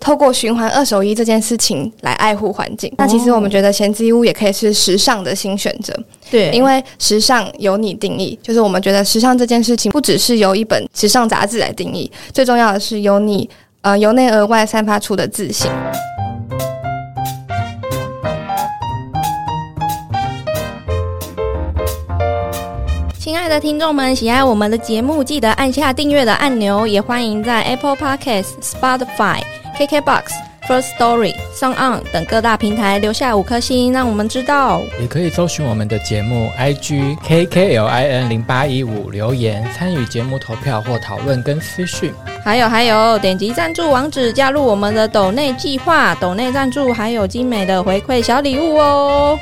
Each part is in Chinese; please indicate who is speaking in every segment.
Speaker 1: 透过循环二手衣这件事情来爱护环境。那其实我们觉得闲置衣物也可以是时尚的新选择，
Speaker 2: 对，
Speaker 1: 因为时尚由你定义，就是我们觉得时尚这件事情不只是由一本时尚杂志来定义，最重要的是由你呃由内而外散发出的自信。
Speaker 2: 亲爱的听众们，喜爱我们的节目，记得按下订阅的按钮，也欢迎在 Apple Podcasts、Spotify、KKBox、First Story、Sound On 等各大平台留下五颗星，让我们知道。
Speaker 3: 也可以搜寻我们的节目 IG KKLIN 零八一五留言，参与节目投票或讨论跟私讯。
Speaker 2: 还有还有，点击赞助网址加入我们的抖内计划，抖内赞助还有精美的回馈小礼物哦。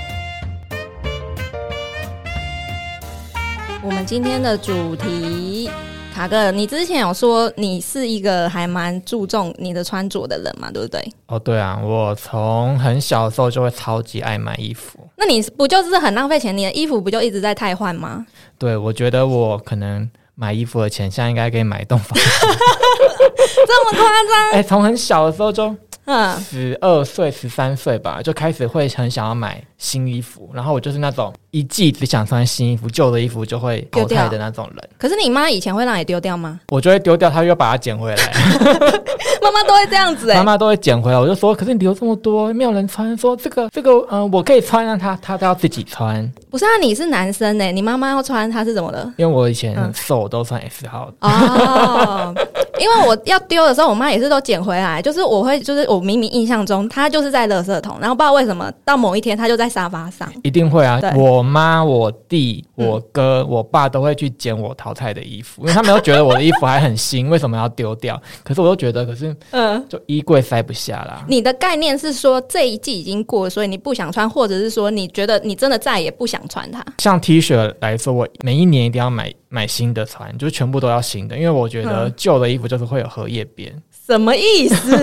Speaker 2: 我们今天的主题，卡哥，你之前有说你是一个还蛮注重你的穿着的人嘛，对不对？
Speaker 3: 哦，对啊，我从很小的时候就会超级爱买衣服。
Speaker 2: 那你不就是很浪费钱？你的衣服不就一直在汰换吗？
Speaker 3: 对，我觉得我可能买衣服的钱，现在应该可以买一栋 房。
Speaker 2: 这么夸张？
Speaker 3: 哎，从很小的时候 就
Speaker 2: 嗯，
Speaker 3: 十二岁、十三岁吧，就开始会很想要买新衣服。然后我就是那种一季只想穿新衣服，旧的衣服就会淘汰的那种人。
Speaker 2: 可是你妈以前会让你丢掉吗？
Speaker 3: 我就会丢掉它，又把它捡回来。
Speaker 2: 妈妈都会这样子哎、
Speaker 3: 妈妈都会捡回来，我就说，可是你留这么多，没有人穿，说这个这个，嗯、我可以穿，让她她都要自己穿，
Speaker 2: 不是啊，你是男生哎、你妈妈要穿她是怎么了？
Speaker 3: 因为我以前
Speaker 2: 嗯
Speaker 3: 很瘦，我都穿 S 号的。
Speaker 2: 哦，因为我要丢的时候，我妈也是都捡回来。就是我会，就是我明明印象中她就是在垃圾桶，然后不知道为什么到某一天她就在沙发上。
Speaker 3: 一定会啊
Speaker 2: 对！
Speaker 3: 我妈、我弟、我哥、嗯我爸都会去捡我淘汰的衣服，因为他们都觉得我的衣服还很新，为什么要丢掉？可是我又觉得，可是
Speaker 2: 嗯、
Speaker 3: 就衣柜塞不下啦。
Speaker 2: 你的概念是说这一季已经过，所以你不想穿，或者是说你觉得你真的再也不想穿它？
Speaker 3: 像 T 恤来说，我每一年一定要买买新的穿，就是全部都要新的，因为我觉得
Speaker 2: 嗯
Speaker 3: 旧的衣服就是会有荷叶边。
Speaker 2: 什么意 思？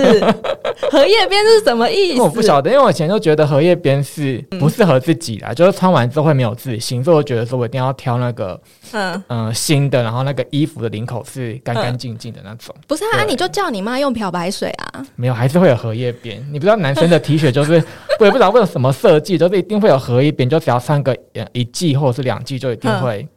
Speaker 2: 荷叶边是什么意
Speaker 3: 因
Speaker 2: 思？嗯
Speaker 3: 为我不晓得，因为我以前就觉得荷叶边是不适合自己啦，就是穿完之后会没有自信，所以我觉得说我一定要挑那个
Speaker 2: 嗯，
Speaker 3: 嗯、呃新的，然后那个衣服的领口是干干净净的那种，
Speaker 2: 不是啊，
Speaker 3: 对
Speaker 2: 啊你就叫你妈用漂白水啊。
Speaker 3: 没有还是会有荷叶边。你不知道男生的 T 恤就是 我也不知道为了什么设计，就是一定会有荷叶边，就只要穿个呃一季或者是两季就一定会、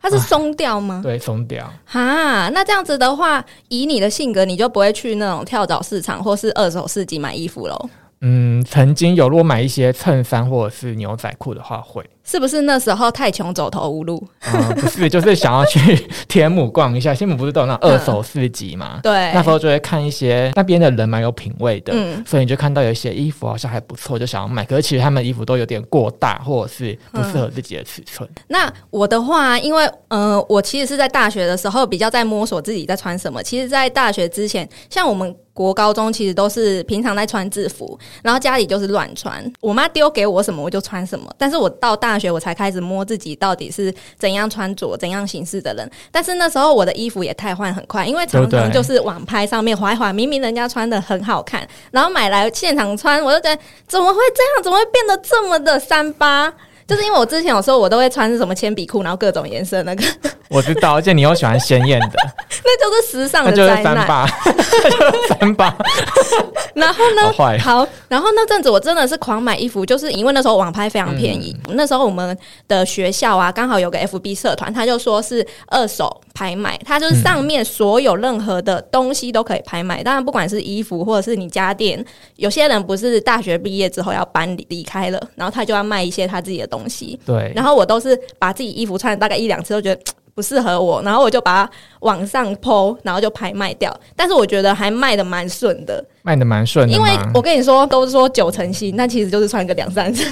Speaker 2: 它是松掉吗？
Speaker 3: 啊对松掉。
Speaker 2: 哈，那这样子的话，以你的性格，你就不会去那种跳蚤市场或是二手市集买衣服喽？
Speaker 3: 嗯，曾经有如果买一些衬衫或者是牛仔裤的话会。
Speaker 2: 是不是那时候太穷走投无路？
Speaker 3: 嗯，不是，就是想要去 天母逛一下。天母不是都有那种二手市集嘛？
Speaker 2: 对，
Speaker 3: 那时候就会看一些那边的人蛮有品味的，
Speaker 2: 嗯
Speaker 3: 所以你就看到有一些衣服好像还不错，就想要买。可是其实他们衣服都有点过大，或者是不适合自己的尺 寸。
Speaker 2: 那我的话，因为呃，我其实是在大学的时候比较在摸索自己在穿什么。其实，在大学之前，像我们国高中其实都是平常在穿制服，然后家里就是乱穿，我妈丢给我什么我就穿什么。但是我到大学我才开始摸自己到底是怎样穿着、怎样行事的人。但是那时候我的衣服也太换很快，因为常
Speaker 3: 对
Speaker 2: 常
Speaker 3: 不对
Speaker 2: 就是网拍上面划一划，明明人家穿的很好看，然后买来现场穿，我就觉得怎么会这样？怎么会变得这么的三八？就是因为我之前有时候我都会穿什么铅笔裤，然后各种颜色那个，
Speaker 3: 我知道，而且你又喜欢鲜艳的，
Speaker 2: 那就是时尚
Speaker 3: 那
Speaker 2: 的
Speaker 3: 就是
Speaker 2: 灾
Speaker 3: 三
Speaker 2: 难。
Speaker 3: 八， 那就是三八。
Speaker 2: 然后呢
Speaker 3: 好？坏
Speaker 2: 好，然后那阵子我真的是狂买衣服，就是因为那时候网拍非常便宜。
Speaker 3: 嗯
Speaker 2: 那时候我们的学校啊，刚好有个 FB 社团，他就说是二手拍卖，它就是上面所有任何的东西都可以拍卖。当然，不管是衣服或者是你家电，有些人不是大学毕业之后要搬离离开了，然后他就要卖一些他自己的东西。
Speaker 3: 对，
Speaker 2: 然后我都是把自己衣服穿了大概一两次，都觉得嗯不适合我，然后我就把它往上剖，然后就拍卖掉。但是我觉得还卖的蛮顺的，
Speaker 3: 卖的蛮顺的
Speaker 2: 因
Speaker 3: 嘛。
Speaker 2: 为我跟你说，都说九成新，那其实就是穿个两三次。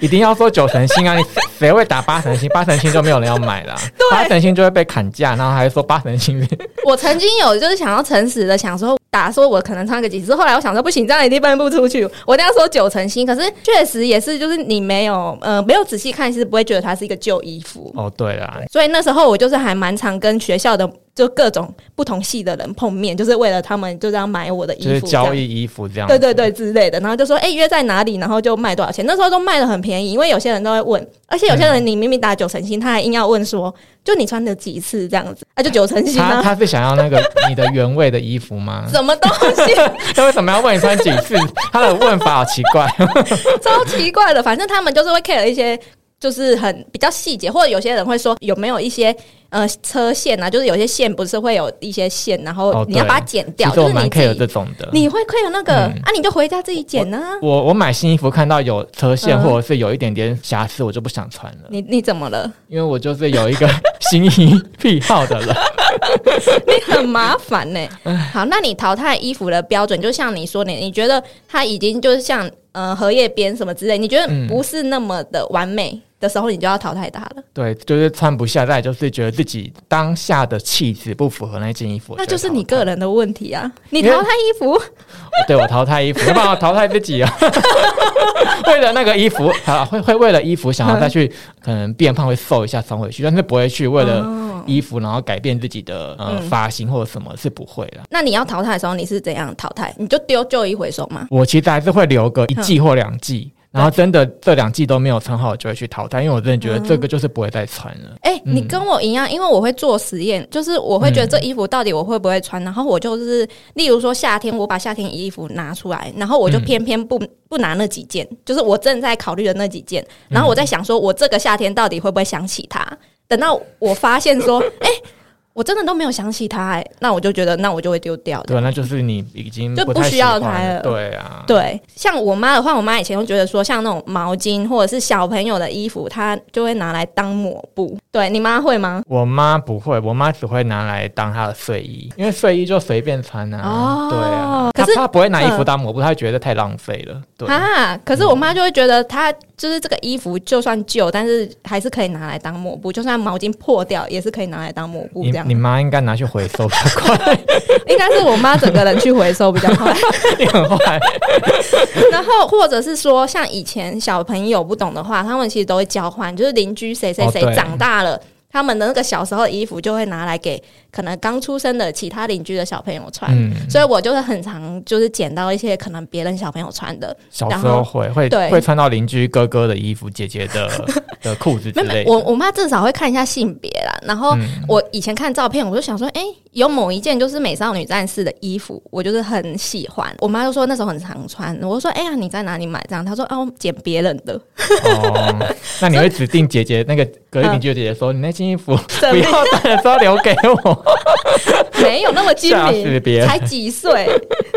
Speaker 3: 一定要说九成新啊，你 谁谁会打八成新？八成新就没有人要买 了，八成新就会被砍价，然后还说八成新是。
Speaker 2: 我曾经有就是想要诚实的想说，打说我可能穿个几次，后来我想说不行，这样一定搬不出去，我一定要说九成新。可是确实也是，就是你没有呃没有仔细看，是不会觉得它是一个旧衣服
Speaker 3: 哦，对啦，
Speaker 2: 所以那时候我就是还蛮常跟学校的就各种不同系的人碰面，就是为了他们就这样买我的衣
Speaker 3: 就是
Speaker 2: 服，
Speaker 3: 交易衣服这样。
Speaker 2: 对对对，之类的，然后就说哎、约在哪里，然后就卖多少钱。那时候都卖的很便宜，因为有些人都会问，而且有些人你明明打九成新，他还硬要问说，就你穿的几次这样子，啊就九成新
Speaker 3: 他
Speaker 2: 啊，
Speaker 3: 他是想要那个你的原味的衣服 吗？
Speaker 2: 什么东西
Speaker 3: 他为什么要问你穿几次？他的问法好奇怪。
Speaker 2: 超奇怪的，反正他们就是会 care 一些。就是很比较细节，或者有些人会说有没有一些呃车线啊，就是有些线不是会有一些线，然后
Speaker 3: 哦
Speaker 2: 你要
Speaker 3: 对
Speaker 2: 把它剪掉，
Speaker 3: 其实
Speaker 2: 就
Speaker 3: 我
Speaker 2: 是你
Speaker 3: 蛮
Speaker 2: 自
Speaker 3: care 这
Speaker 2: 己
Speaker 3: 种的。
Speaker 2: 你会 care 那个、
Speaker 3: 嗯
Speaker 2: 啊，你就回家自己剪啊。
Speaker 3: 我我买新衣服看到有车线
Speaker 2: 嗯
Speaker 3: 或者是有一点点瑕疵，我就不想穿了，
Speaker 2: 你你怎么了？
Speaker 3: 因为我就是有一个 新衣癖好的人。
Speaker 2: 很麻烦呢、好，那你淘汰衣服的标准，就像你说的，你觉得它已经就是像呃荷叶边什么之类，你觉得
Speaker 3: 嗯
Speaker 2: 不是那么的完美的时候，你就要淘汰它了。
Speaker 3: 对，就是穿不下，再来就是觉得自己当下的气质不符合那件衣服。
Speaker 2: 那就是你个
Speaker 3: 人，
Speaker 2: 人的问题啊！你
Speaker 3: 因
Speaker 2: 淘
Speaker 3: 为
Speaker 2: 汰衣服，
Speaker 3: 对我淘汰衣服，要不然我淘汰自己啊。 为了那个衣服，啊，会会为了衣服想要再
Speaker 2: 嗯
Speaker 3: 去可能变胖，会瘦一下穿回去，但是不会去为了衣服然后改变自己的呃
Speaker 2: 哦嗯
Speaker 3: 发型或者什么，是不会的。
Speaker 2: 那你要淘汰的时候，你是怎样淘汰？你就丢旧衣回收吗？
Speaker 3: 我其实还是会留个一季或两
Speaker 2: 嗯
Speaker 3: 季，然后真的这两季都没有穿好，我就会去淘汰，因为我真的觉得这
Speaker 2: 嗯
Speaker 3: 个就是不会再穿了。
Speaker 2: 哎、你跟我一样，因为我会做实验，就是我会觉得这
Speaker 3: 嗯
Speaker 2: 衣服到底我会不会穿，然后我就是，例如说夏天，我把夏天衣服拿出来，然后我就
Speaker 3: 嗯
Speaker 2: 偏偏不、不拿那几件，就是我正在考虑的那几件，
Speaker 3: 嗯
Speaker 2: 然后我在想说，我这个夏天到底会不会想起它？等到我发现 说，哎、我真的都没有想起它、哎，那我就觉得，那我就会丢掉。
Speaker 3: 对，那就是你已经
Speaker 2: 就不
Speaker 3: 太
Speaker 2: 需要
Speaker 3: 喜欢
Speaker 2: 它了
Speaker 3: 对啊，
Speaker 2: 对，像我妈的话，我妈以前会觉得说，像那种毛巾或者是小朋友的衣服，她就会拿来当抹布。对你妈会吗？
Speaker 3: 我妈不会，我妈只会拿来当她的睡衣，因为睡衣就随便穿啊。
Speaker 2: 哦
Speaker 3: 对啊，
Speaker 2: 可
Speaker 3: 她
Speaker 2: 是
Speaker 3: 她不会拿衣服当抹布，她会觉得太浪费了。对，
Speaker 2: 啊！可是我妈就会觉得，她就是这个衣服就算旧，但是还是可以拿来当抹布，就算毛巾破掉，也是可以拿来当抹布
Speaker 3: 你
Speaker 2: 这样
Speaker 3: 你。妈应该拿去回收比较快，
Speaker 2: 应该是我妈整个人去回收比较快。
Speaker 3: 你很坏。
Speaker 2: 然后或者是说，像以前小朋友不懂的话，他们其实都会交换，就是邻居谁谁谁
Speaker 3: 哦对
Speaker 2: 长大了。他们的那个小时候的衣服就会拿来给可能刚出生的其他邻居的小朋友穿，
Speaker 3: 嗯，
Speaker 2: 所以我就是很常就是捡到一些可能别人小朋友穿的，
Speaker 3: 小
Speaker 2: 然
Speaker 3: 时
Speaker 2: 后
Speaker 3: 候会会
Speaker 2: 对
Speaker 3: 会穿到邻居哥哥的衣服、姐姐 的的裤子之
Speaker 2: 没有没
Speaker 3: 类
Speaker 2: 有，我
Speaker 3: 的。嗯
Speaker 2: 我妈至少会看一下性别啦。然后我以前看照片，我就想说，哎、有某一件就是美少女战士的衣服，我就是很喜欢。我妈就说那时候很常穿，我就说，哎、呀，你在哪里买这样？她说，哦、我捡别人的，
Speaker 3: 哦，那你会指定姐姐那个隔壁邻居的姐姐
Speaker 2: 嗯
Speaker 3: 说：“你那件衣服不要 穿的时候留给我。
Speaker 2: 没有那么精
Speaker 3: 吓死
Speaker 2: 明，
Speaker 3: 别人
Speaker 2: 才几岁，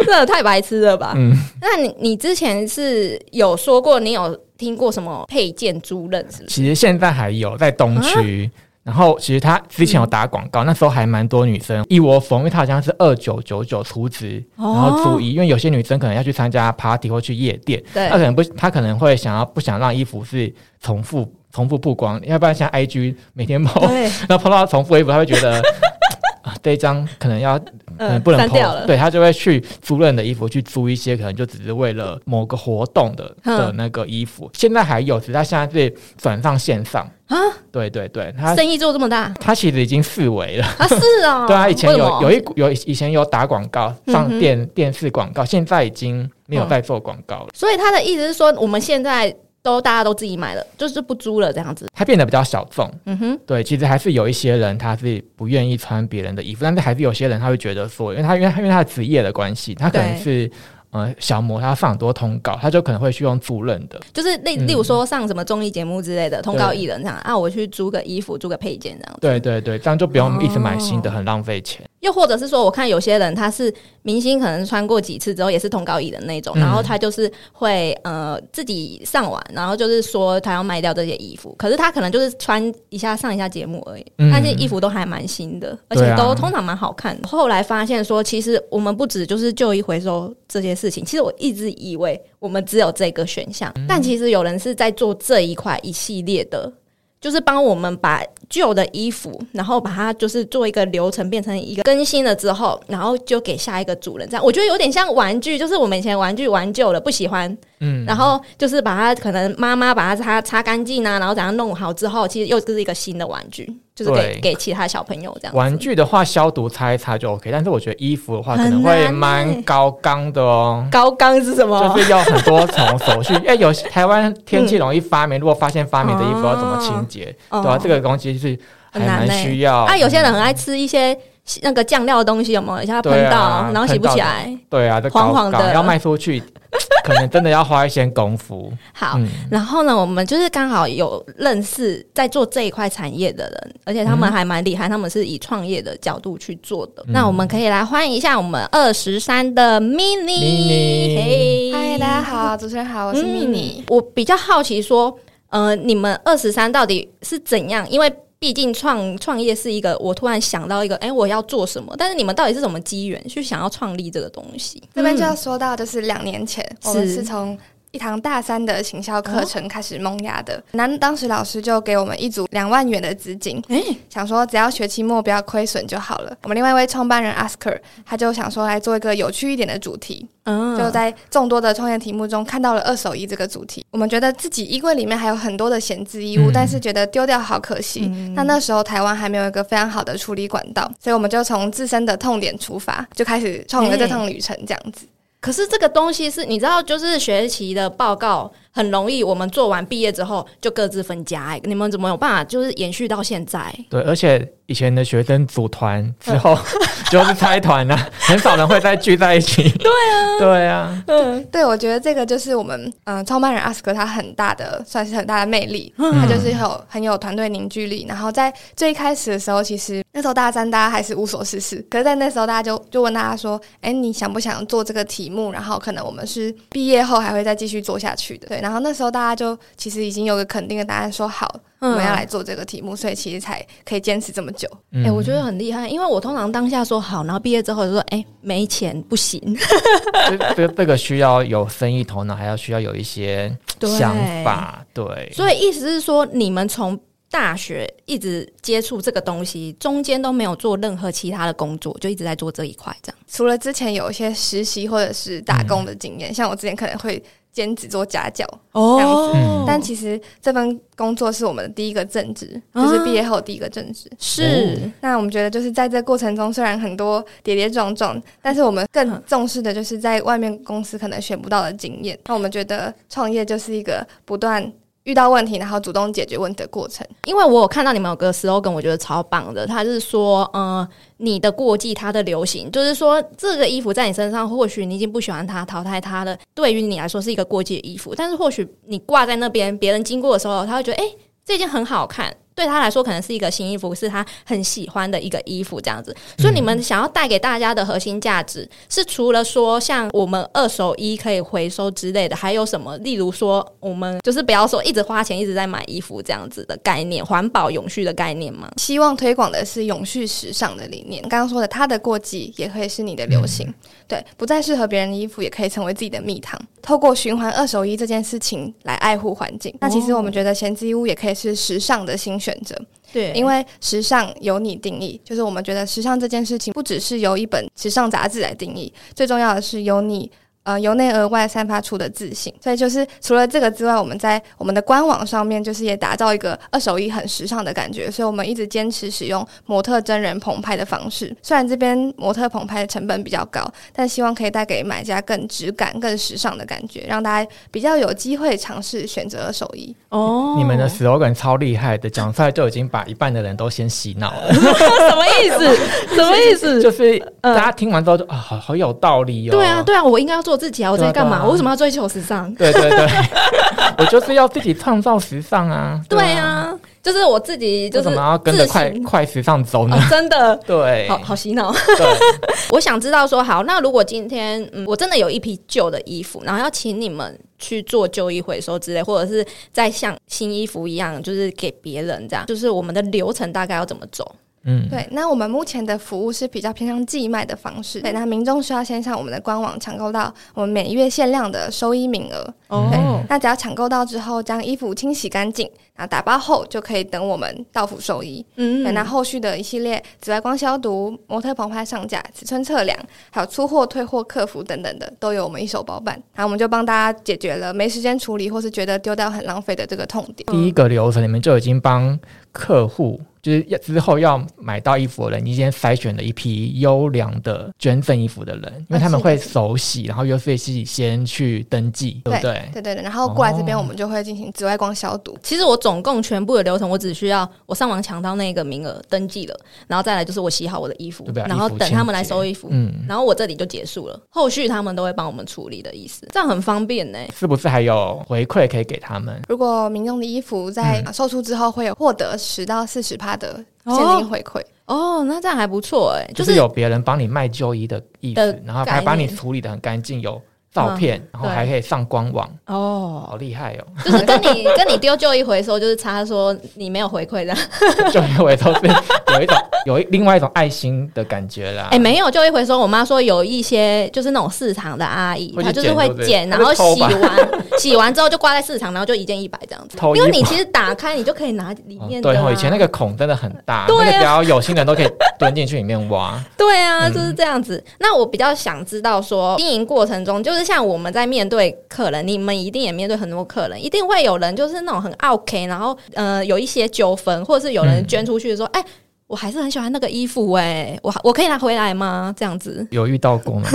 Speaker 2: 这太白痴了 吧？
Speaker 3: 嗯
Speaker 2: 那你你之前是有说过，你有听过什么配件租赁是”不是？
Speaker 3: 其实现在还有在东区。
Speaker 2: 啊
Speaker 3: 然后其实他之前有打广告，那时候还蛮多女生一窝蜂，因为他好像是二九九九出值，
Speaker 2: 哦
Speaker 3: 然后租衣，因为有些女生可能要去参加 party 或去夜店，
Speaker 2: 对
Speaker 3: 她可能不，她可能会想要不想让衣服是重复 重复曝光，要不然像 IG 每天抛，
Speaker 2: 对
Speaker 3: 那抛到重复衣服，她会觉得 啊这一张可能要可嗯能不能
Speaker 2: 呃删
Speaker 3: 抛、
Speaker 2: 掉了。
Speaker 3: 对他就会去租人的衣服去租一些，可能就只是为了某个活动的
Speaker 2: 嗯
Speaker 3: 的那个衣服。现在还有，只是他现在是转上线上
Speaker 2: 啊，
Speaker 3: 对对对，他
Speaker 2: 生意做这么大
Speaker 3: 他其实已经四维了。
Speaker 2: 啊？是哦，
Speaker 3: 对啊，以前
Speaker 2: 为什
Speaker 3: 有
Speaker 2: 么
Speaker 3: 有一股有以前有打广告上
Speaker 2: 嗯哼嗯
Speaker 3: 电、电视广告，现在已经没有在做广告了，
Speaker 2: 所以他的意思是说，我们现在都大家都自己买了，就是不租了这样子。
Speaker 3: 它变得比较小众。
Speaker 2: 嗯哼，
Speaker 3: 对，其实还是有一些人他是不愿意穿别人的衣服，但是还是有些人他会觉得说，因为他因为他因为他的职业的关系，他可能
Speaker 2: 对
Speaker 3: 是呃小模，他上很多通告，他就可能会去用租人的。
Speaker 2: 就是例
Speaker 3: 嗯
Speaker 2: 例如说上什么综艺节目之类的，通告艺人这样啊，我去租个衣服，租个配件这样。
Speaker 3: 对对对，这样就不用一直买新的，很浪费钱。
Speaker 2: 又或者是说，我看有些人他是明星，可能穿过几次之后也是通告艺人那种，
Speaker 3: 嗯
Speaker 2: 然后他就是会呃自己上网，然后就是说他要卖掉这些衣服，可是他可能就是穿一下上一下节目而已，
Speaker 3: 嗯
Speaker 2: 那些衣服都还蛮新的，而
Speaker 3: 对
Speaker 2: 且
Speaker 3: 啊
Speaker 2: 都通常蛮好看的。后来发现说，其实我们不止就是旧衣回收这些事情，其实我一直以为我们只有这个选项，
Speaker 3: 嗯
Speaker 2: 但其实有人是在做这一块一系列的就是帮我们把旧的衣服，然后把它就是做一个流程，变成一个更新了之后，然后就给下一个主人。这样我觉得有点像玩具，就是我们以前玩具玩旧了不喜欢，
Speaker 3: 嗯，
Speaker 2: 然后就是把它可能妈妈把它擦擦干净啊，然后怎样弄好之后，其实又是一个新的玩具。就是给
Speaker 3: 对
Speaker 2: 给其他小朋友这样子。
Speaker 3: 玩具的话，消毒擦一擦就 OK，但是我觉得衣服的话可能
Speaker 2: 很难
Speaker 3: 会
Speaker 2: 欸
Speaker 3: 蛮高刚的哦。
Speaker 2: 高刚是什么？
Speaker 3: 就是要很多重 手续，哎、有台湾天气容易发霉，如果发现发霉的衣服要怎么清洁，
Speaker 2: 嗯哦
Speaker 3: 对吧、啊这个东西是还
Speaker 2: 很难
Speaker 3: 蛮
Speaker 2: 呢
Speaker 3: 需要。
Speaker 2: 啊，有些人很爱吃一些那个酱料的东西，有没有？一下
Speaker 3: 对
Speaker 2: 喷
Speaker 3: 啊
Speaker 2: 到，然后洗不起来。
Speaker 3: 对啊，这
Speaker 2: 黄
Speaker 3: 搞
Speaker 2: 黄的
Speaker 3: 搞要卖 出去，可能真的要花一些功夫。
Speaker 2: 好，
Speaker 3: 嗯，
Speaker 2: 然后呢，我们就是刚好有认识在做这一块产业的人，而且他们还蛮厉害，他们是以创业的角度去做的。那我们可以来欢迎一下我们二十三的 mini，
Speaker 3: Mini
Speaker 2: 嘿
Speaker 1: 嗨，大家好，主持人好，我是 mini。
Speaker 2: 嗯我比较好奇说，呃，你们二十三到底是怎样？因为毕竟创创业是一个，我突然想到一个，哎、我要做什么？但是你们到底是什么机缘去想要创立这个东西？
Speaker 1: 这边就要说到，就是两年前，我们
Speaker 2: 嗯是
Speaker 1: 是从一堂大三的行销课程开始萌芽
Speaker 2: 嗯
Speaker 1: 的。那、当时老师就给我们一组两万元的资金，
Speaker 2: 哎、
Speaker 1: 想说只要学期末不要亏损就好了。我们另外一位创办人 Asker，他就想说来做一个有趣一点的主题，
Speaker 2: 嗯
Speaker 1: 就在众多的创业题目中看到了二手衣这个主题。我们觉得自己衣柜里面还有很多的闲置衣物，
Speaker 3: 嗯
Speaker 1: 但是觉得丢掉好可惜。
Speaker 2: 嗯
Speaker 1: 那那时候台湾还没有一个非常好的处理管道，所以我们就从自身的痛点出发，就开始创了这趟旅程，这样子。
Speaker 2: 可是这个东西是你知道，就是学期的报告很容易，我们做完毕业之后就各自分家、哎，你们怎么有办法就是延续到现在？
Speaker 3: 对，而且以前的学生组团之 后就是拆团了、 很少人会再聚在一起。对啊，对啊，
Speaker 2: 嗯，
Speaker 1: 对，我觉得这个就是我们嗯，创办人阿斯克他很大的，算是很大的魅力。他就是有很有团队凝聚力。然后在最一开始的时候，其实那时候大三大家还是无所事事，可是，在那时候大家就就问大家说：“哎，你想不想做这个题目？”然后可能我们是毕业后还会再继续做下去的。对，然后那时候大家就其实已经有个肯定的答案，说好我们要来做这个题目，所以其实才可以坚持这么久。
Speaker 2: 哎、
Speaker 3: 嗯
Speaker 2: 我觉得很厉害，因为我通常当下说好，然后毕业之后就说，哎、没钱不行，
Speaker 3: 这这这个需要有生意头脑，还要需要有一些
Speaker 2: 对
Speaker 3: 想法。对，
Speaker 2: 所以意思是说，你们从大学一直接触这个东西，中间都没有做任何其他的工作，就一直在做这一块，这样。
Speaker 1: 除了之前有一些实习或者是打工的经验，像我之前可能会兼职做家教，
Speaker 2: 哦
Speaker 1: 这样子
Speaker 3: 嗯
Speaker 1: 但其实这份工作是我们的第一个正职，
Speaker 2: 啊
Speaker 1: 就是毕业后第一个正职。
Speaker 3: 哦
Speaker 2: 是
Speaker 1: 那我们觉得，就是在这过程中，虽然很多跌跌撞撞，但是我们更重视的就是在外面公司可能学不到的经验。那我们觉得创业就是一个不断遇到问题，然后主动解决问题的过程。
Speaker 2: 因为我有看到你们有个 slogan，我觉得超棒的，它是说，呃，你的过季它的流行，就是说这个衣服在你身上，或许你已经不喜欢它，淘汰它了，对于你来说是一个过季的衣服，但是或许你挂在那边，别人经过的时候，他会觉得，哎、这件很好看。对他来说，可能是一个新衣服，是他很喜欢的一个衣服，这样子。所
Speaker 3: 嗯
Speaker 2: 以你们想要带给大家的核心价值，是除了说像我们二手衣可以回收之类的，还有什么？例如说，我们就是不要说一直花钱一直在买衣服这样子的概念，环保永续的概念吗？
Speaker 1: 希望推广的是永续时尚的理念。刚刚说的，它的过季也可以是你的流行，对，不再适合别人的衣服也可以成为自己的蜜糖。透过循环二手衣这件事情来爱护环境。那其实我们觉得闲置衣物也可以是时尚的新选择，
Speaker 2: 对因
Speaker 1: 因
Speaker 2: 为
Speaker 1: 为时尚由你定义，就是我们觉得时尚这件事情不只是由一本时尚杂志来定义，最重要的是由你。呃，由内而外散发出的自信，所以就是除了这个之外，我们在我们的官网上面就是也打造一个二手衣很时尚的感觉，所以我们一直坚持使用模特真人棚拍的方式。虽然这边模特棚拍的成本比较高，但希望可以带给买家更质感、更时尚的感觉，让大家比较有机会尝试选择二手衣。
Speaker 2: 哦
Speaker 3: 你们的 slogan 超厉害的，讲出来就已经把一半的人都先洗脑了。
Speaker 2: 什么意 思？什么意思？
Speaker 3: 就是大家听完之后就啊，好好有道理
Speaker 2: 嗯
Speaker 3: 哦。
Speaker 2: 对啊，对啊，我应该要做自己啊！我在干
Speaker 3: 对啊
Speaker 2: 嘛？
Speaker 3: 对啊
Speaker 2: 我为什么要追求时尚？
Speaker 3: 对对对，我就是要自己创造时尚啊。
Speaker 2: 对，啊，就是我自己，就
Speaker 3: 为
Speaker 2: 是
Speaker 3: 什么要跟着
Speaker 2: 自
Speaker 3: 快
Speaker 2: 行
Speaker 3: 快时尚走呢
Speaker 2: 哦？真的。
Speaker 3: 对，
Speaker 2: 好好洗脑，
Speaker 3: 对，
Speaker 2: 我想知道说，好，那如果今天嗯，我真的有一批旧的衣服，然后要请你们去做旧衣回收之类，或者是再像新衣服一样，就是给别人这样，就是我们的流程大概要怎么走？
Speaker 3: 嗯，
Speaker 1: 对，那我们目前的服务是比较偏向寄卖的方式。对，那民众需要先上我们的官网抢购到我们每月限量的收衣名额。
Speaker 3: 哦，
Speaker 1: 那只要抢购到之后，将衣服清洗干净，然后打包后就可以等我们到府收衣。
Speaker 2: 嗯
Speaker 1: 对，那后续的一系列紫外光消毒、模特棚拍上架、尺寸测量，还有出货、退货、客服等等的，都由我们一手包办。然后我们就帮大家解决了没时间
Speaker 3: 嗯
Speaker 1: 处理或是觉得丢掉很浪费的这个痛点。
Speaker 3: 第一个流程你们就已经帮客户就是要之后要买到衣服的人，你先筛选了一批优良的捐赠衣服的人，因为他们会手洗，然后又会自己先去登记，对不对？
Speaker 1: 对对对，然后过来这边
Speaker 3: 哦
Speaker 1: 我们就会进行紫外光消毒。
Speaker 2: 其实我总共全部的流程，我只需要我上网抢到那个名额登记了，然后再来就是我洗好我的衣服
Speaker 3: 对，吧
Speaker 2: 然后
Speaker 3: 衣服
Speaker 2: 等他们来
Speaker 3: 清洁
Speaker 2: 收衣服，
Speaker 3: 嗯，
Speaker 2: 然后我这里就结束了。后续他们都会帮我们处理的意思，这样很方便呢、
Speaker 3: 是不是还有回馈可以给他们？
Speaker 1: 如果民众的衣服在
Speaker 3: 嗯
Speaker 1: 啊售出之后，会有获得十到四十趴的现
Speaker 2: 哦
Speaker 1: 金回馈。
Speaker 2: 哦，那这样还不错哎、
Speaker 3: 就
Speaker 2: 就是是
Speaker 3: 有别人帮你卖旧衣的意
Speaker 2: 的
Speaker 3: 思，然后还帮
Speaker 2: 概
Speaker 3: 你
Speaker 2: 念嗯
Speaker 3: 处理的很干净，有照片，然后
Speaker 2: 对
Speaker 3: 还可以上官网，
Speaker 2: 哦，
Speaker 3: 好厉害哦！
Speaker 2: 就是跟你 跟你丢旧衣回收，就是差说你没有回馈
Speaker 3: 啊
Speaker 2: 的，
Speaker 3: 就认为 都是有一种有一另外一种爱心的感觉啦。
Speaker 2: 哎、没有旧衣回收。我妈说有一些就是那种市场的阿姨，
Speaker 3: 会去
Speaker 2: 她就是
Speaker 3: 捡
Speaker 2: 会
Speaker 3: 对不对
Speaker 2: 捡，
Speaker 3: 她
Speaker 2: 然
Speaker 3: 就
Speaker 2: 后
Speaker 3: 偷
Speaker 2: 洗
Speaker 3: 吧
Speaker 2: 完 洗完之后就挂在市场，然后就一件一百这样子。
Speaker 3: 偷衣
Speaker 2: 因
Speaker 3: 服
Speaker 2: 为你其实打开你就可以拿里面的、
Speaker 3: 对
Speaker 2: 啊
Speaker 3: 哦，以前那个孔真的很大，
Speaker 2: 对啊
Speaker 3: 那个只要有心人都可以蹲进去里面挖。
Speaker 2: 对啊，
Speaker 3: 嗯
Speaker 2: 就是这样子。那我比较想知道说，经营过程中，就是像我们在面对客人，你们一定也面对很多客人，一定会有人就是那种很 OK，然后呃有一些纠纷，或者是有人
Speaker 3: 嗯
Speaker 2: 捐出去说，哎、我还是很喜欢那个衣服、哎，我我可以拿回来吗？这样子，
Speaker 3: 有遇 到过吗？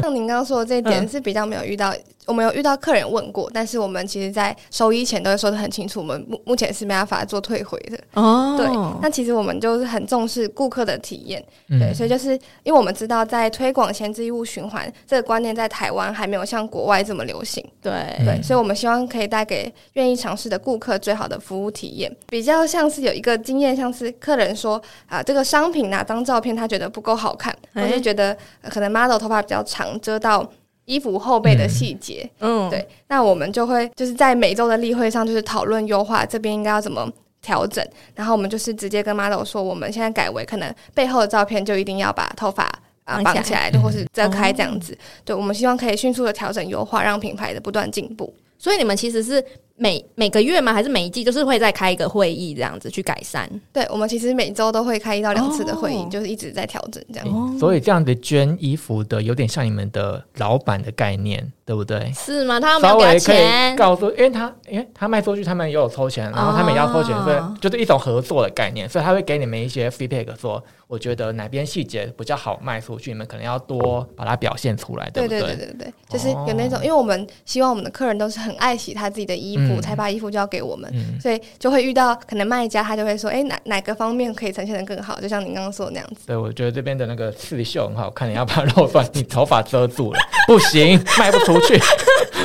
Speaker 1: 像您刚刚说的这一点是比较没有遇到，我们有遇到客人问过，但是我们其实在收衣前都会说的很清楚，我们目目前是没办法做退回的。
Speaker 2: 哦
Speaker 1: 对，那其实我们就是很重视顾客的体验，对，
Speaker 3: 嗯，
Speaker 1: 所以就是因为我们知道在推广闲置衣物循环这个观念在台湾还没有像国外这么流行，
Speaker 2: 对
Speaker 1: 对，
Speaker 3: 嗯
Speaker 1: 所以我们希望可以带给愿意尝试的顾客最好的服务体验。比较像是有一个经验，像是客人说啊，这个商品哪张照片他觉得不够好看，或
Speaker 2: 哎
Speaker 1: 是觉得呃可能 model 头发比较长遮到衣服后背的细节，
Speaker 2: 嗯，
Speaker 1: 对，那我们就会就是在每周的例会上，就是讨论优化这边应该要怎么调整，然后我们就是直接跟 model 说，我们现在改为可能背后的照片就一定要把头发。啊，绑
Speaker 2: 绑起嗯哦
Speaker 1: 起来，对，或是遮开这样子，对我们希望可以迅速的调整优化，让品牌的不断进步。
Speaker 2: 所以你们其实是每每个月吗？还是每一季就是会再开一个会议这样子去改善？
Speaker 1: 对我们其实每周都会开一到两次的会议，
Speaker 2: 哦
Speaker 1: 就是一直在调整这样。
Speaker 3: 嗯所以这样子捐衣服的，有点像你们的老板的概念，对不对？
Speaker 2: 是吗？他们没
Speaker 3: 稍
Speaker 2: 有给他
Speaker 3: 微可
Speaker 2: 钱
Speaker 3: 以，告诉，因为他因为他卖出去，他们也有抽钱，然后他们也要抽钱，
Speaker 2: 哦
Speaker 3: 所以就是一种合作的概念，所以他会给你们一些 feedback，说我觉得哪边细节比较好卖出去，你们可能要多把它表现出来，
Speaker 1: 对
Speaker 3: 不哦
Speaker 1: 对对对对，就是有那种，因为我们希望我们的客人都是很爱惜他自己的衣服，
Speaker 3: 嗯
Speaker 1: 才把衣服交给我们，
Speaker 3: 嗯
Speaker 1: 所以就会遇到可能卖家他就会说，哎、哪哪个方面可以呈现的更好，就像您刚刚说的那样子。
Speaker 3: 对，我觉得这边的那个刺绣很好看，你要把肉算 你头发遮住了，不行，卖不出去，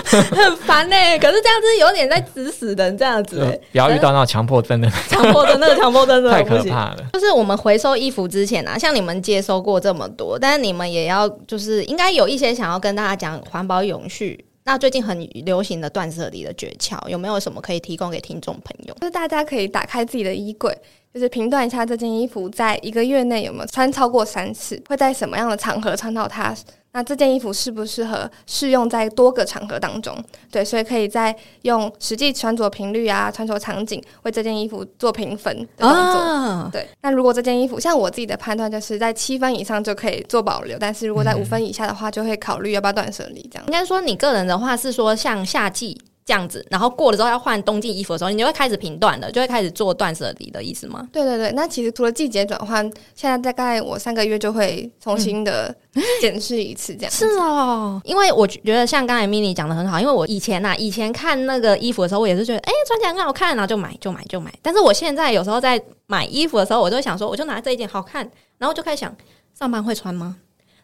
Speaker 2: 很烦呢、可是这样子有点在指使人这样子、
Speaker 3: 就
Speaker 2: 欸，
Speaker 3: 不要遇到那种强迫症的，
Speaker 2: 强迫症，那个强迫症真的
Speaker 3: 太
Speaker 2: 不
Speaker 3: 可
Speaker 2: 行。
Speaker 3: 怕了。
Speaker 2: 就是我们回收衣服之前啊，像你们接收过这么多，但是你们也要就是应该有一些想要跟大家讲环保永续。那最近很流行的断舍离的诀窍，有没有什么可以提供给听众朋友？
Speaker 1: 就是大家可以打开自己的衣柜，就是评断一下这件衣服在一个月内有没有穿超过三次，会在什么样的场合穿到它。那这件衣服适不适合适用在多个场合当中？对，所以可以在用实际穿着频率啊、穿着场景为这件衣服做评分的动作。
Speaker 2: 啊，
Speaker 1: 对，那如果这件衣服，像我自己的判断就是在七分以上就可以做保留，但是如果在五
Speaker 2: 嗯
Speaker 1: 分以下的话，就会考虑要不要断舍离这样
Speaker 2: 应。该说你个人的话是说像夏季这样子，然后过了之后要换冬季衣服的时候，你就会开始评断了，就会开始做断舍离的意思吗？
Speaker 1: 对对对，那其实除了季节转换，现在大概我三个月就会重新的检视一次这样。
Speaker 2: 嗯是哦，因为我觉得像刚才 mini 讲的很好，因为我以前呐、以前看那个衣服的时候，我也是觉得，哎、穿起来很好看，然后就买，就买，就买。但是我现在有时候在买衣服的时候，我就会想说，我就拿这一件好看，然后就开始想，上班会穿吗？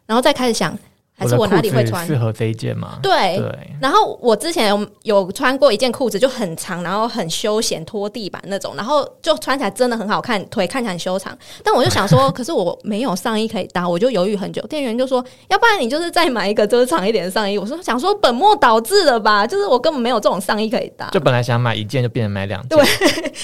Speaker 2: 然后再开始想，还是我哪里会穿？
Speaker 3: 适合这一件吗？
Speaker 2: 对，
Speaker 3: 对，
Speaker 2: 然后我之前有有穿过一件裤子，就很长，然后很休闲拖地板那种，然后就穿起来真的很好看，腿看起来很修长。但我就想说，可是我没有上衣可以搭，我就犹豫很久。店员就说，要不然你就是再买一个就是长一点的上衣。我说想说本末倒置了吧，就是我根本没有这种上衣可以搭。
Speaker 3: 就本来想买一件，就变成买两件。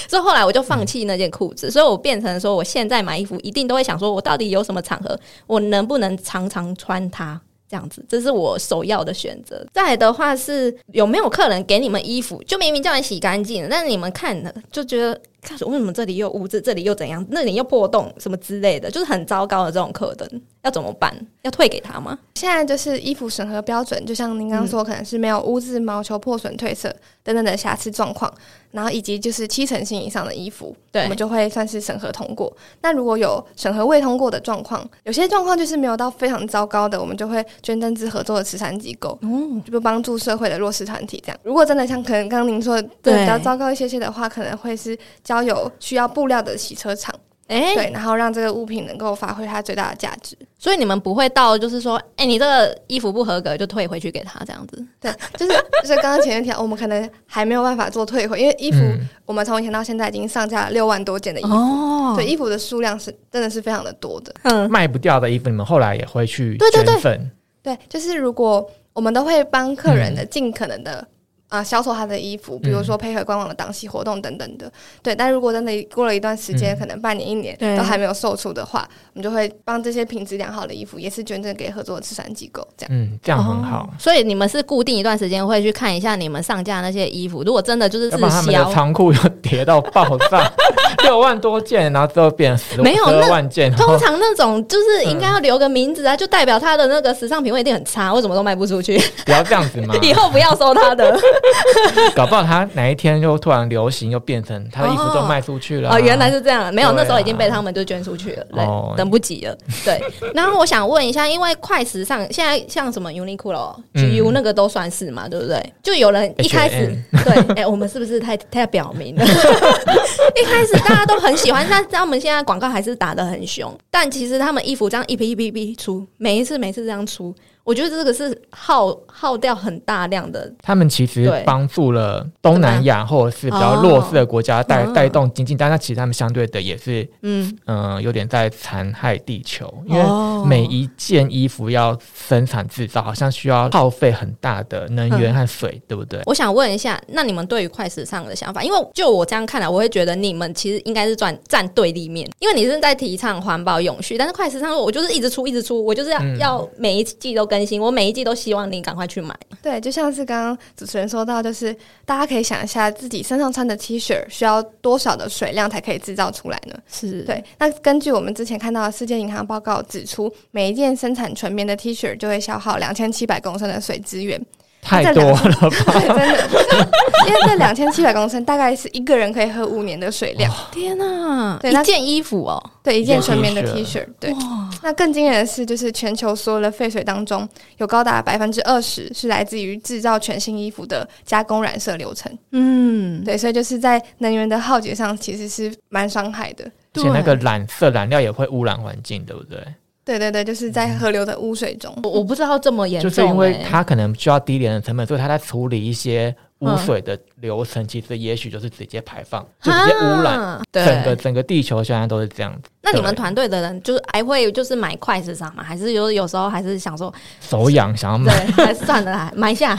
Speaker 2: 所以后来我就放弃那件裤子，所以我变成说，我现在买衣服一定都会想说，我到底有什么场合，我能不能常常穿它？这样子，这是我首要的选择。再来的话是有没有客人给你们衣服，就明明叫你洗干净了，但是你们看了就觉得，嗯看为什么这里又污渍，这里又怎样，那里又破洞什么之类的，就是很糟糕的这种客人。要怎么办？要退给他吗？
Speaker 1: 现在就是衣服审核标准，就像您刚刚说，可能是没有污渍、毛球破损、褪色等等的瑕疵状况，然后以及就是七成新以上的衣服，
Speaker 2: 对
Speaker 1: 我们就会算是审核通过。那如果有审核未通过的状况，有些状况就是没有到非常糟糕的，我们就会捐赠至合作的慈善机构，
Speaker 2: 嗯，
Speaker 1: 就帮助社会的弱势团体这样。如果真的像可能刚刚您说的
Speaker 2: 对
Speaker 1: 比较糟糕一些些的话，可能会是交由需要布料的洗车厂，
Speaker 2: 哎、
Speaker 1: 对，然后让这个物品能够发挥它最大的价值。
Speaker 2: 所以你们不会到就是说，哎、你这个衣服不合格就退回去给他这样子。
Speaker 1: 对，就是就是刚刚前面提到，我们可能还没有办法做退回，因为衣服、
Speaker 3: 嗯
Speaker 1: 我们从以前到现在已经上架了六万多件的衣服，
Speaker 2: 哦
Speaker 1: 对，衣服的数量是真的是非常的多的。
Speaker 2: 嗯，
Speaker 3: 卖不掉的衣服，你们后来也会去
Speaker 1: 对对对
Speaker 3: 捐赠。
Speaker 1: 对，就是如果我们都会帮客人的尽可能的啊、销售他的衣服，比如说配合官网的档期活动等等的。对，但如果真的过了一段时间，
Speaker 3: 嗯
Speaker 1: 可能半年一年
Speaker 2: 对
Speaker 1: 都还没有售出的话，我们就会帮这些品质良好的衣服也是捐赠给合作的慈善机构，这样。
Speaker 3: 嗯，这样很好
Speaker 2: 哦，所以你们是固定一段时间会去看一下你们上架那些衣服，如果真的就是
Speaker 3: 要
Speaker 2: 滞
Speaker 3: 不然他们的
Speaker 2: 销，
Speaker 3: 仓库又跌到爆 炸，六万多件，然后最后变十
Speaker 2: 没有那
Speaker 3: 二万件，然后嗯
Speaker 2: 通常那种就是应该要留个名字啊，就代表他的那个时尚品味一定很差，为什么都卖不出去？
Speaker 3: 不要这样子嘛。
Speaker 2: 以后不要收他的
Speaker 3: 搞不好他哪一天又突然流行，又变成他的衣服都
Speaker 2: 哦
Speaker 3: 卖出去了啊、
Speaker 2: 哦，原来是这样，没有，
Speaker 3: 对啊
Speaker 2: 那时候已经被他们就捐出去了，
Speaker 3: 哦
Speaker 2: 对，等不及 了。对，然后我想问一下，因为快时尚现在像什么 Uniqlo、
Speaker 3: 嗯
Speaker 2: GU 那个都算是嘛，对不对？就有人一开始
Speaker 3: H&M
Speaker 2: 对， 哎、我们是不是太太表明了？ 一开始大家都很喜欢，但是他们现在广告还是打得很凶，但其实他们衣服这样一批一批一批出，每一次每次这样出，我觉得这个是耗耗掉很大量的
Speaker 3: 他们其实
Speaker 2: 对
Speaker 3: 帮助了东南亚或者是比较弱势的国家带
Speaker 2: 哦
Speaker 3: 带动经济，但那其实他们相对的也是
Speaker 2: 嗯，
Speaker 3: 嗯、呃有点在残害地球，因
Speaker 2: 哦
Speaker 3: 为每一件衣服要生产制造，好像需要耗费很大的能源和水，对不对？
Speaker 2: 我想问一下，那你们对于快时尚的想法？因为就我这样看来，我会觉得你们其实应该是站站对立面，因为你是在提倡环保永续，但是快时尚我就是一直出一直出，我就是要、
Speaker 3: 嗯
Speaker 2: 要每一季都更新，我每一季都希望你赶快去买。
Speaker 1: 对，就像是刚刚主持人说到，就是大家可以想一下自己身上穿的 T 恤需要多少的水量才可以制造出来呢？
Speaker 2: 是对
Speaker 1: 对，那根据我们之前看到的世界银行报告指出，每一件生产纯棉的 T 恤就会消耗两千七百公升的水资源，
Speaker 3: 太多了吧？
Speaker 1: 对，真的，因为这两千七百公升大概是一个人可以喝五年的水量，
Speaker 2: 天哪、
Speaker 1: 对那
Speaker 2: 一件衣服哦，
Speaker 1: 对，一件纯棉的
Speaker 3: 一件
Speaker 1: T
Speaker 3: T
Speaker 1: 恤，对。那更惊人的是，就是全球所有的废水当中，有高达百分之二十是来自于制造全新衣服的加工染色流程，
Speaker 2: 嗯，
Speaker 1: 对，所以就是在能源的浩劫上，其实是蛮伤害的。
Speaker 3: 而且那个染色染料也会污染环境，对不对？
Speaker 1: 对对对，就是在河流的污水中。
Speaker 2: 我我不知道这么严
Speaker 3: 就
Speaker 2: 重、
Speaker 3: 是因为
Speaker 2: 欸
Speaker 3: 它可能需要低廉的成本，所以它在处理一些污水的流程，其实也许就是直接排放，就直接污染。
Speaker 2: 啊
Speaker 3: 整
Speaker 2: 对，
Speaker 3: 个整个地球现在都是这样子，
Speaker 2: 那你们
Speaker 3: 对
Speaker 2: 团队的人就是还会就是买快时尚吗？还是有有时候还是想说，
Speaker 3: 手痒想要
Speaker 2: 对
Speaker 3: 买，，
Speaker 2: 还是算了啦，买下。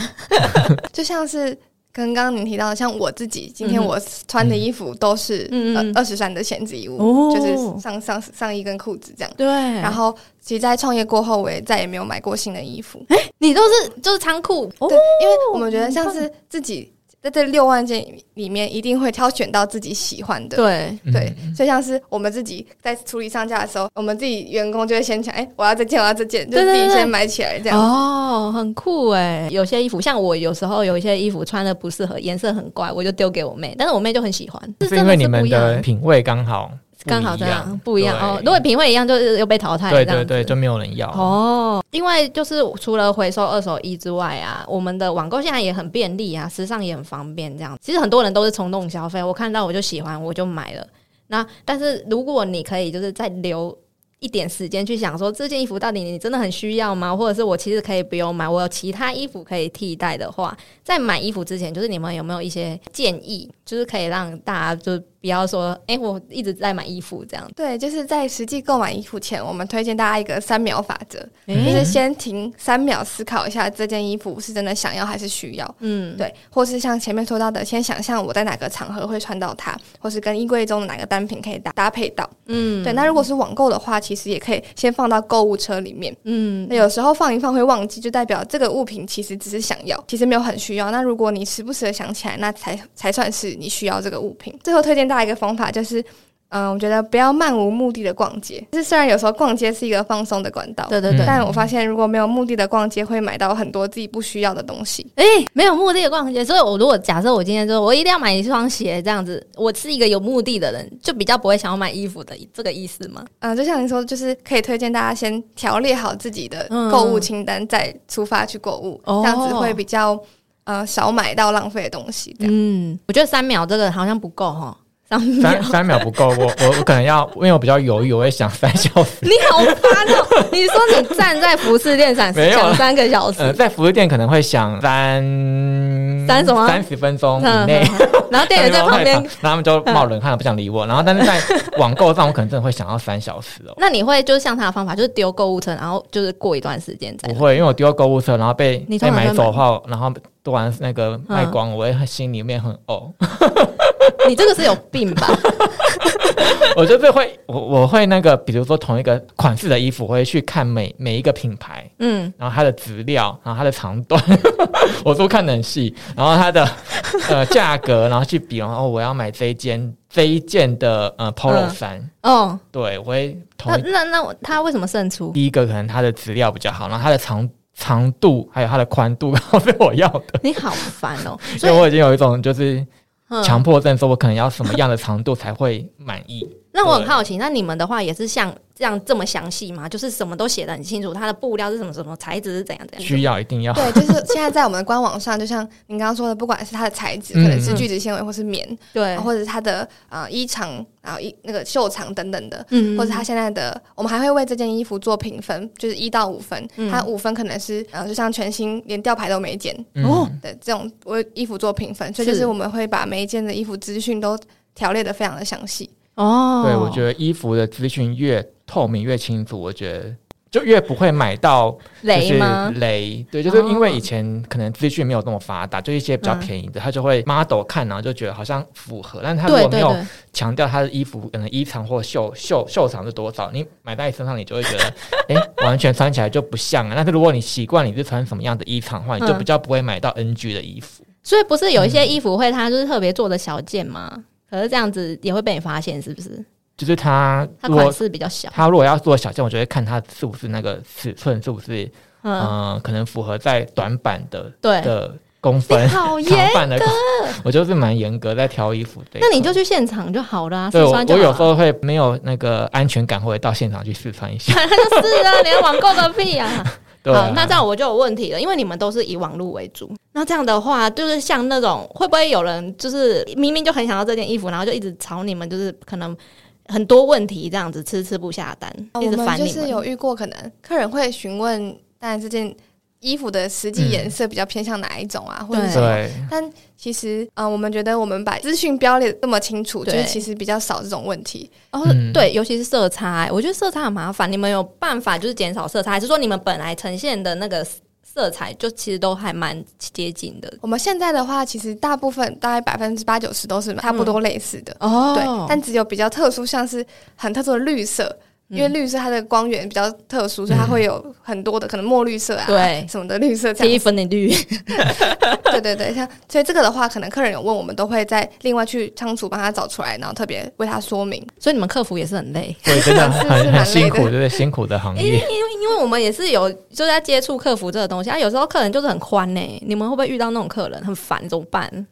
Speaker 1: 就像是跟刚刚您提到的，像我自己今
Speaker 2: 嗯
Speaker 1: 天
Speaker 2: 哼
Speaker 1: 我穿的衣服都是
Speaker 2: 嗯嗯
Speaker 1: 二十三的闲置衣物，
Speaker 2: 哦嗯
Speaker 1: 就是上上上衣跟裤子这样。
Speaker 2: 对，
Speaker 1: 然
Speaker 2: 然
Speaker 1: 后，其实，在创业过后，我也再也没有买过新的衣服。
Speaker 2: 你都是就是仓库哦
Speaker 1: 对，因为我们觉得
Speaker 2: 嗯很
Speaker 1: 像
Speaker 2: 棒
Speaker 1: 是自己在这六万件里面，一定会挑选到自己喜欢的。
Speaker 2: 对，
Speaker 3: 嗯
Speaker 1: 对，所以像是我们自己在处理上架的时候，我们自己员工就会先想，哎、我要这件，我要这件，就
Speaker 2: 对
Speaker 1: 自
Speaker 2: 对
Speaker 1: 己
Speaker 2: 对
Speaker 1: 先买起来这样。
Speaker 2: 哦，很酷哎！有些衣服，像我有时候有一些衣服穿的不适合，颜色很怪，我就丢给我妹，但是我妹就很喜欢，
Speaker 3: 就是是因为你们
Speaker 2: 真的是不一
Speaker 3: 的
Speaker 2: 样
Speaker 3: 品味刚好不一
Speaker 2: 刚
Speaker 3: 样
Speaker 2: 好这样不一样
Speaker 3: 对啊
Speaker 2: 哦。如果品味一样，就是又被淘汰，
Speaker 3: 对
Speaker 2: 这样
Speaker 3: 对
Speaker 2: 子
Speaker 3: 对，就没有人要。
Speaker 2: 哦，因为就是除了回收二手衣之外啊，我们的网购现在也很便利啊，时尚也很方便，这样。其实很多人都是冲动消费，我看到我就喜欢，我就买了。那但是如果你可以就是再留一点时间去想说这件衣服到底你真的很需要吗？或者是我其实可以不用买，我有其他衣服可以替代的话，在买衣服之前，就是你们有没有一些建议，就是可以让大家就不要说，哎、我一直在买衣服这样。
Speaker 1: 对，就是在实际购买衣服前，我们推荐大家一个三秒法则，
Speaker 2: 诶
Speaker 1: 就是先停三秒思考一下这件衣服是真的想要还是需要。
Speaker 2: 嗯，
Speaker 1: 对，或是像前面说到的，先想象我在哪个场合会穿到它，或是跟衣柜中的哪个单品可以搭搭配到。
Speaker 2: 嗯，
Speaker 1: 对，那如果是网购的话，其实也可以先放到购物车里面。
Speaker 2: 嗯
Speaker 1: 那有时候放一放会忘记，就代表这个物品其实只是想要，其实没有很需要。那如果你时不时的想起来，那才才算是你需要这个物品。最后推荐大家一个方法，就是嗯，我觉得不要漫无目的的逛街。就是虽然有时候逛街是一个放松的管道，
Speaker 2: 对对对，
Speaker 1: 但我发现如果没有目的的逛街，会买到很多自己不需要的东西。
Speaker 2: 哎、没有目的的逛街，所以我如果假设我今天说我一定要买一双鞋这样子，我是一个有目的的人，就比较不会想要买衣服的这个意思吗？
Speaker 1: 嗯，就像你说，就是可以推荐大家先条列好自己的购物清单，再出发去购物，
Speaker 2: 嗯哦
Speaker 1: 这样子会比较呃少买到浪费的东西。这样，
Speaker 2: 嗯，我觉得三秒这个好像不够哈，三秒
Speaker 3: 三，三秒不够，我 我我可能要，因为我比较犹豫，我会想三小 时。
Speaker 2: 你好烦哦、你说你站在服饰店想
Speaker 3: 没有啊
Speaker 2: 想三个小时，
Speaker 3: 呃，在服饰店可能会想三
Speaker 2: 三什么
Speaker 3: 三十分钟以
Speaker 2: 啊嗯
Speaker 3: 内，
Speaker 2: 然后店员在旁 边
Speaker 3: 然，后他们就冒冷汗，不想 理我。然后，但是在网购上，我可能真的会想要三小时哦。
Speaker 2: 那你会就是像他的方法，就是丢购物车，然后就是过一段时间再
Speaker 3: 不。会，因为我丢到购物车，然后被
Speaker 2: 你通
Speaker 3: 被
Speaker 2: 常
Speaker 3: 买
Speaker 2: 在
Speaker 3: 走
Speaker 2: 买嗯
Speaker 3: 后，然后突然那个卖光，我会心里面很哦，
Speaker 2: 你这个是有病吧？
Speaker 3: 我就是会我我会那个，比如说同一个款式的衣服，我会去看每每一个品牌，
Speaker 2: 嗯，
Speaker 3: 然后它的质量，然后它的长短， 我都看得很细，然后它的 呃价格，然后去比，然后哦我要买这一件这一件的呃 polo
Speaker 2: 嗯
Speaker 3: 衫，
Speaker 2: 哦，
Speaker 3: 对我会同
Speaker 2: 那
Speaker 3: 一
Speaker 2: 那那我他为什么胜出？
Speaker 3: 第一个可能它的质量比较好，然后它的长长度还有它的宽度刚好是我要的，
Speaker 2: 你好烦哦、
Speaker 3: 因
Speaker 2: 所
Speaker 3: 为
Speaker 2: 以
Speaker 3: 我已经 有一种就是
Speaker 2: 嗯
Speaker 3: 强迫症，说我可能要什么样的长度才会满意。
Speaker 2: 那我很好奇，那你们的话也是像这样这么详细吗？就是什么都写的很清楚，它的布料是什么什么材质是怎样怎样？
Speaker 3: 需要一定要，
Speaker 1: 对，就是现在在我们的官网上，就像您刚刚说的，不管是它的材质，可能是
Speaker 3: 嗯嗯
Speaker 1: 聚酯纤维或是棉，啊
Speaker 2: 对，
Speaker 1: 或者是它的呃衣长，然后衣那个袖长等等的，
Speaker 2: 嗯
Speaker 1: 或者它现在的，我们还会为这件衣服做评分，就是一到五分，
Speaker 2: 嗯
Speaker 1: 它五分可能是呃就像全新连吊牌都没剪
Speaker 3: 嗯
Speaker 2: 哦
Speaker 1: 的这种为衣服做评分，所以
Speaker 2: 是
Speaker 1: 就是我们会把每一件的衣服资讯都条列的非常的详细。
Speaker 2: 哦
Speaker 3: 对，我觉得衣服的资讯越透明越清楚，我觉得就越不会买到
Speaker 2: 雷吗
Speaker 3: 就是？雷，对，就是因为
Speaker 2: 哦
Speaker 3: 以前可能资讯没有那么发达，就一些比较
Speaker 2: 嗯
Speaker 3: 便宜的，他就会 model 看，然后就觉得好像符合，但是他如
Speaker 2: 对
Speaker 3: 果没
Speaker 2: 对
Speaker 3: 有
Speaker 2: 对，
Speaker 3: 强调他的衣服可能衣长或袖袖袖长是多少，你买在身上你就会觉得， 哎、完全穿起来就不像啊。但是如果你习惯你是穿什么样的衣长的话，你就
Speaker 2: 嗯
Speaker 3: 比较不会买到 NG 的衣服。
Speaker 2: 所以不是有一些衣服会它就是特别做的小件吗？可是这样子也会被你发现，是不是？
Speaker 3: 就是他
Speaker 2: 它
Speaker 3: 如
Speaker 2: 款
Speaker 3: 果
Speaker 2: 式啊比较小，
Speaker 3: 他如果要做小件，我就会看他是不是那个尺寸是不是
Speaker 2: 嗯，
Speaker 3: 嗯、可能符合在短版的
Speaker 2: 对，
Speaker 3: 的公
Speaker 2: 你
Speaker 3: 分。
Speaker 2: 好
Speaker 3: 长
Speaker 2: 严。
Speaker 3: 版的公，我就是蛮严格在挑衣服这一
Speaker 2: 那
Speaker 3: 块。
Speaker 2: 你就去现场就好了、啊，
Speaker 3: 对
Speaker 2: 试
Speaker 3: 我，
Speaker 2: 穿就
Speaker 3: 我
Speaker 2: 好
Speaker 3: 有
Speaker 2: 了。
Speaker 3: 时候会没有那个安全感，会到现场去试穿一 下。
Speaker 2: 就是啊，连网购个屁啊！
Speaker 3: 对啊
Speaker 2: 好，那这样我就有问题了，因为你们都是以网络为主。那这样的话，就是像那种会不会有人就是明明就很想要这件衣服，然后就一直吵你们，就是可能很多问题这样子，吃吃不下单，
Speaker 1: 啊
Speaker 2: 哦一直
Speaker 1: 我
Speaker 2: 烦
Speaker 1: 就
Speaker 2: 你
Speaker 1: 是
Speaker 2: 们。
Speaker 1: 有遇过，可能客人会询问，当然这件衣服的实际颜色比较偏向哪一种啊，或者
Speaker 2: 嗯对
Speaker 1: 是什么。
Speaker 3: 对，
Speaker 1: 但其实，嗯、我们觉得我们把资讯标列这么清楚，就
Speaker 2: 对
Speaker 1: 是其实比较少这种问题。
Speaker 2: 哦，
Speaker 3: 嗯
Speaker 2: 对，尤其是色差、欸我觉得色差很麻烦。你们有办法就是减少色差，还是说你们本来呈现的那个色彩就其实都还蛮接近的？
Speaker 1: 我们现在的话，其实大部分大概百分之八九十都是差不多类似的，
Speaker 2: 哦
Speaker 1: 对。但只有比较特殊，像是很特殊的绿色，
Speaker 2: 嗯
Speaker 1: 因为绿色它的光源比较特殊，所以它会有很多的可能墨绿色啊，
Speaker 2: 对
Speaker 1: 什么的绿色这 样
Speaker 2: 一分的绿，
Speaker 1: 对对对，像所以这个的话，可能客人有问，我们都会再另外去仓储帮他找出来，然后特别为他说明。
Speaker 2: 所以你们客服也是很累。
Speaker 3: 所以真 的
Speaker 1: 是是
Speaker 3: 很很
Speaker 1: 蛮
Speaker 3: 辛
Speaker 1: 累的
Speaker 3: 苦，就是辛苦的行业。
Speaker 2: 因为因为我们也是有就在接触客服这个东西啊，有时候客人就是很宽呢、你们会不会遇到那种客人很烦怎么办？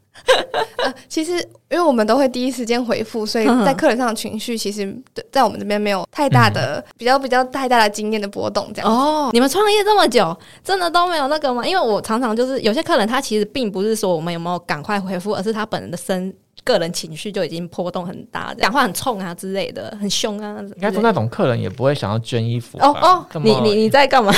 Speaker 1: 呃，其实因为我们都会第一时间回复，所以在客人上的情绪其实对在我们这边没有太大的、比较比较太大的经验的波动，这样。
Speaker 2: 哦，你们创业这么久，真的都没有那个吗？因为我常常就是有些客人他其实并不是说我们有没有赶快回复，而是他本人的身个人情绪就已经波动很大，讲话很冲啊之类的，很凶啊之类的。
Speaker 3: 应该说那种客人也不会想要捐衣服吧
Speaker 2: 哦哦，
Speaker 3: 这么
Speaker 2: 你你你在干嘛？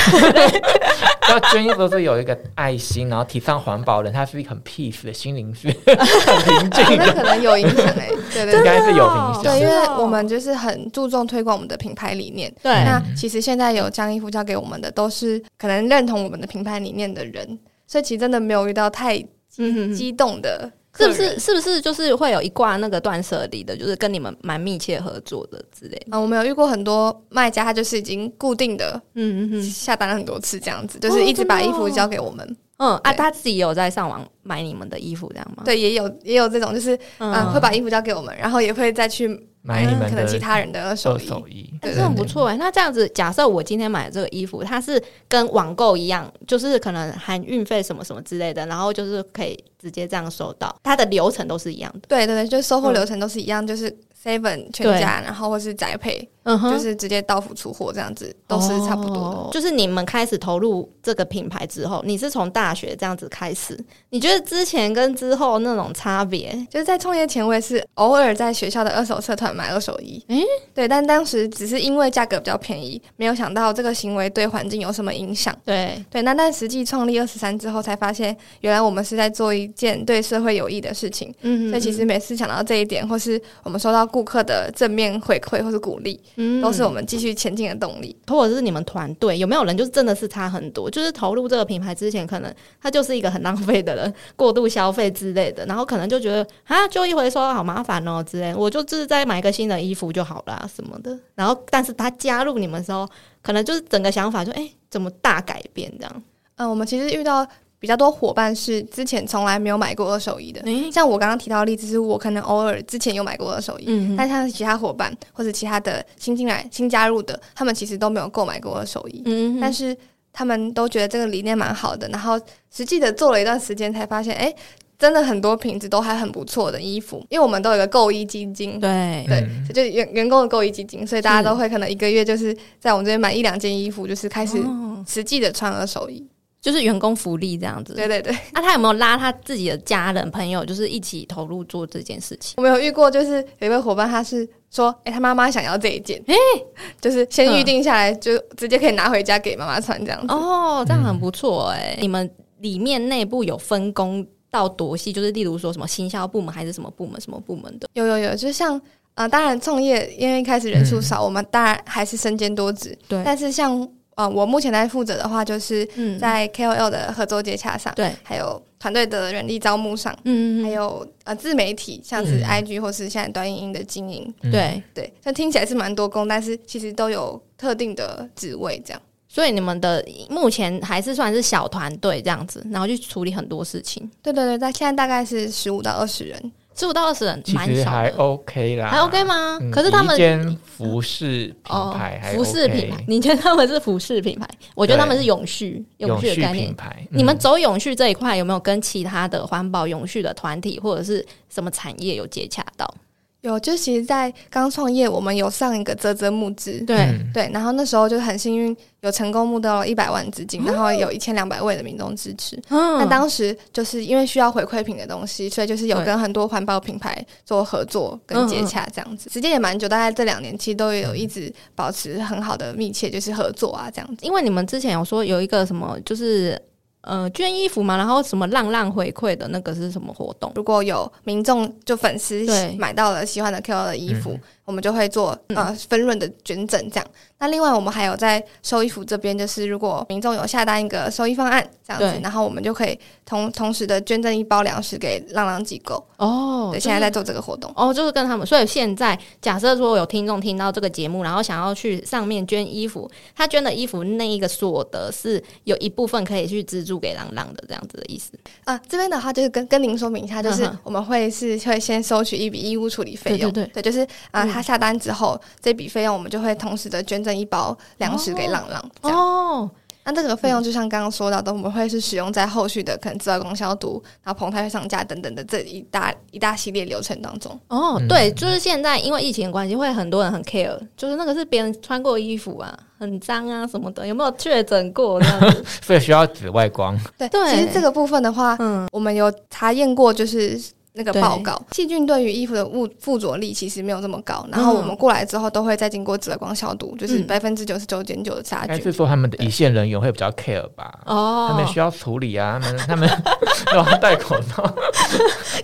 Speaker 3: 要捐衣服是有一个爱心，然后提倡环保的人，他是一个很 peace 的心灵是 很平
Speaker 1: 哦
Speaker 3: 静
Speaker 1: 那
Speaker 3: 的，
Speaker 1: 可能有影响 哎、对对
Speaker 3: 应
Speaker 1: 对。
Speaker 3: 该是有影响
Speaker 1: 对，嗯
Speaker 2: 是
Speaker 1: 因
Speaker 3: 的。
Speaker 1: 为
Speaker 2: 哦
Speaker 1: 我们就是很注重推广我们的品牌理念。
Speaker 2: 对
Speaker 1: 那其实现在有将衣服交给我们的，都是可能认同我们的品牌理念的人，所以其实真的没有遇到太
Speaker 2: 嗯，
Speaker 1: 激动的客
Speaker 2: 是不
Speaker 1: 人，
Speaker 2: 是是不是就是会有一挂那个断舍离的，就是跟你们蛮密切合作的之类的？
Speaker 1: 嗯，我们有遇过很多卖家，他就是已经固定的
Speaker 2: 嗯嗯嗯。
Speaker 1: 下单很多次，这样子，就是一直把衣服交给我们。
Speaker 2: 嗯啊，
Speaker 1: 对
Speaker 2: 他自己有在上网买你们的衣服这样吗？，
Speaker 1: 对，也有也有这种，就是嗯、
Speaker 2: 嗯，
Speaker 1: 会把衣服交给我们，然后也会再去
Speaker 3: 买你
Speaker 1: 嗯
Speaker 3: 们
Speaker 1: 可能
Speaker 3: 的
Speaker 1: 其他人的二手
Speaker 3: 二
Speaker 1: 衣，
Speaker 3: 手衣，
Speaker 2: 哎
Speaker 1: 对
Speaker 2: 这很
Speaker 3: 对
Speaker 2: 不
Speaker 3: 对
Speaker 2: 错哎、那这样子，假设我今天买的这个衣服，它是跟网购一样，就是可能含运费什么什么之类的，然后就是可以直接这样收到，它的流程都是一样的。
Speaker 1: 对对对，就是收货
Speaker 2: 嗯
Speaker 1: 流程都是一样，就是 seven 全
Speaker 2: 对
Speaker 1: 家，然后或是宅配，
Speaker 2: 嗯哼
Speaker 1: 就是直接到府出货这样子，都是差不多的。
Speaker 2: 哦就是你们开始投入这个品牌之后，你是从大学这样子开始，你觉得之前跟之后那种差别？
Speaker 1: 就是在创业前，我也是偶尔在学校的二手社团买二手衣，
Speaker 2: 诶
Speaker 1: 对，但当时只是因为价格比较便宜，没有想到这个行为对环境有什么影响。
Speaker 2: 对，
Speaker 1: 对，那但实际创立二十三之后，才发现原来我们是在做一件对社会有益的事情。
Speaker 2: 嗯
Speaker 1: 所以其实每次想到这一点，或是我们收到顾客的正面回馈或是鼓励，都是我
Speaker 2: 们，
Speaker 1: 们继续前进的动力。
Speaker 2: 或者是你们团队有没有人就是真的是差很多？就是投入这个品牌之前，可能他就是一个很浪费的人，过度消费之类的，然后可能就觉得啊，就一回收好麻烦哦之类，我就只是再买一个新的衣服就好啦什么的。然后，但是他加入你们的时候，可能就是整个想法就哎、怎么大改变这样？
Speaker 1: 嗯，我们其实遇到比较多伙伴是之前从来没有买过二手衣的，
Speaker 2: 哎
Speaker 1: 像我刚刚提到的例子，是我可能偶尔之前有买过二手衣，
Speaker 2: 嗯
Speaker 1: 但像其他伙伴或者其他的新进来、新加入的，他们其实都没有购买过二手衣，
Speaker 2: 嗯
Speaker 1: 但是他们都觉得这个理念蛮好的，然后实际的做了一段时间，才发现，哎、真的很多品质都还很不错的衣服，因为我们都有一个购衣基金，
Speaker 2: 对
Speaker 1: 对
Speaker 3: 嗯，
Speaker 1: 就员员工的购衣基金，所以大家
Speaker 2: 是
Speaker 1: 都会可能一个月就是在我们这边买一两件衣服，就是开始
Speaker 2: 哦嗯
Speaker 1: 实际的穿二手衣。
Speaker 2: 就是员工福利这样子。
Speaker 1: 对对对，
Speaker 2: 那、他有没有拉他自己的家人朋友，就是一起投入做这件事情？
Speaker 1: 我们有遇过，就是有一位伙伴，他是说，哎、他妈妈想要这一件，哎、就是先预定下来，就直接可以拿回家给妈妈穿 这样子。
Speaker 2: 哦，这样很不错哎、你们里面内部有分工到多细？就是例如说什么行销部门还是什么部门什么部门的？
Speaker 1: 有有有，就像呃，当然创业，因为一开始人数少，我们当然还是身兼多职。
Speaker 2: 嗯对
Speaker 1: 但是像呃，我目前在负责的话，就是
Speaker 2: 嗯
Speaker 1: 在 KOL 的合作接洽上，
Speaker 2: 对，
Speaker 1: 还有团队的人力招募上，
Speaker 2: 嗯
Speaker 1: 还有呃自媒体，像是
Speaker 3: 嗯
Speaker 1: IG 或是现在短影音的经营。
Speaker 3: 嗯
Speaker 2: 对。
Speaker 1: 对，那听起来是蛮多工，但是其实都有特定的职位这样。
Speaker 2: 所以你们的目前还是算是小团队这样子，然后去处理很多事情，
Speaker 1: 对对对，在现在大概是十五到二十人，
Speaker 2: 十五到二十人
Speaker 3: 其
Speaker 2: 蛮
Speaker 3: 实
Speaker 2: 小
Speaker 3: 还
Speaker 2: 的，
Speaker 3: OK 啦，
Speaker 2: 还 OK 吗？
Speaker 3: 嗯
Speaker 2: 可是他们哦
Speaker 3: 一间服饰品牌还
Speaker 2: 服
Speaker 3: OK，
Speaker 2: 饰品牌，你觉得他们是服饰品牌？我觉得他们是永续
Speaker 3: 永
Speaker 2: 续的概念
Speaker 3: 品。牌，
Speaker 2: 你们
Speaker 3: 嗯
Speaker 2: 走永续这一块有没有跟其他的环保永续的团体或者是什么产业有接洽到？
Speaker 1: 有就其实，在刚创业，我们有上一个泽泽募资，
Speaker 2: 对
Speaker 3: 嗯
Speaker 1: 对，然后那时候就很幸运，有成功募到了一百万资金，然后有一千两百位的民众支持。
Speaker 2: 嗯
Speaker 1: 那当时就是因为需要回馈品的东西，所以就是有跟很多环保品牌做合作跟接洽这
Speaker 2: 嗯
Speaker 1: 样子，时间也蛮久，大概这两年其实都有一直保持很好的密切，就是合作啊这样子。
Speaker 2: 因为你们之前有说有一个什么就是呃捐衣服嘛，然后什么浪浪回馈的那个是什么活动？
Speaker 1: 如果有民众就粉丝
Speaker 2: 对嗯
Speaker 1: 买到了喜欢的 KOL 的衣服，
Speaker 3: 嗯
Speaker 1: 我们就会做呃分润的捐赠这样。那另外我们还有在收衣服这边，就是如果民众有下单一个收衣方案这样子
Speaker 2: 对，
Speaker 1: 然后我们就可以同同时的捐赠一包粮食给浪浪机构。
Speaker 2: 哦
Speaker 1: 对，
Speaker 2: 就是
Speaker 1: 现在在做这个活动。
Speaker 2: 哦，就是跟他们，所以现在假设说有听众听到这个节目，然后想要去上面捐衣服，他捐的衣服那一个所得是有一部分可以去资助给朗朗的这样子的意思。
Speaker 1: 啊，这边的话就是跟跟您说明一下，就是
Speaker 2: 嗯哼
Speaker 1: 我们会是会先收取一笔义务处理费用，
Speaker 2: 对对
Speaker 1: 就是啊、
Speaker 2: 嗯
Speaker 1: 他下单之后，这笔费用我们就会同时的捐赠一包粮食给浪浪，这样。
Speaker 2: 哦，
Speaker 1: 那这个费用就像刚刚说到的，我们会是使用在后续的可能自外公消毒，然后膨胎会上架等等的这一大一大系列流程当中。
Speaker 2: 哦，
Speaker 3: 嗯
Speaker 2: 对，就是现在因为疫情的关系，会很多人很 care，就是那个是别人穿过衣服啊，很脏啊什么的，有没有确诊过这样子？
Speaker 3: 所以需要紫外光，
Speaker 1: 对，
Speaker 2: 对
Speaker 1: 其实这个部分的话，
Speaker 2: 嗯，
Speaker 1: 我们有查验过，就是。那个
Speaker 2: 对
Speaker 1: 报告，细菌对于衣服的附附着力其实没有这么高。然后
Speaker 2: 嗯
Speaker 1: 我们过来之后，都会再经过紫外光消毒，就是
Speaker 2: 嗯
Speaker 1: 百分之九十九点九的杀
Speaker 3: 应该
Speaker 1: 菌
Speaker 3: 是。说他们的一线人员会比较 care 吧。
Speaker 2: 哦，
Speaker 3: 他们需要处理啊，他们他 们都要戴口罩，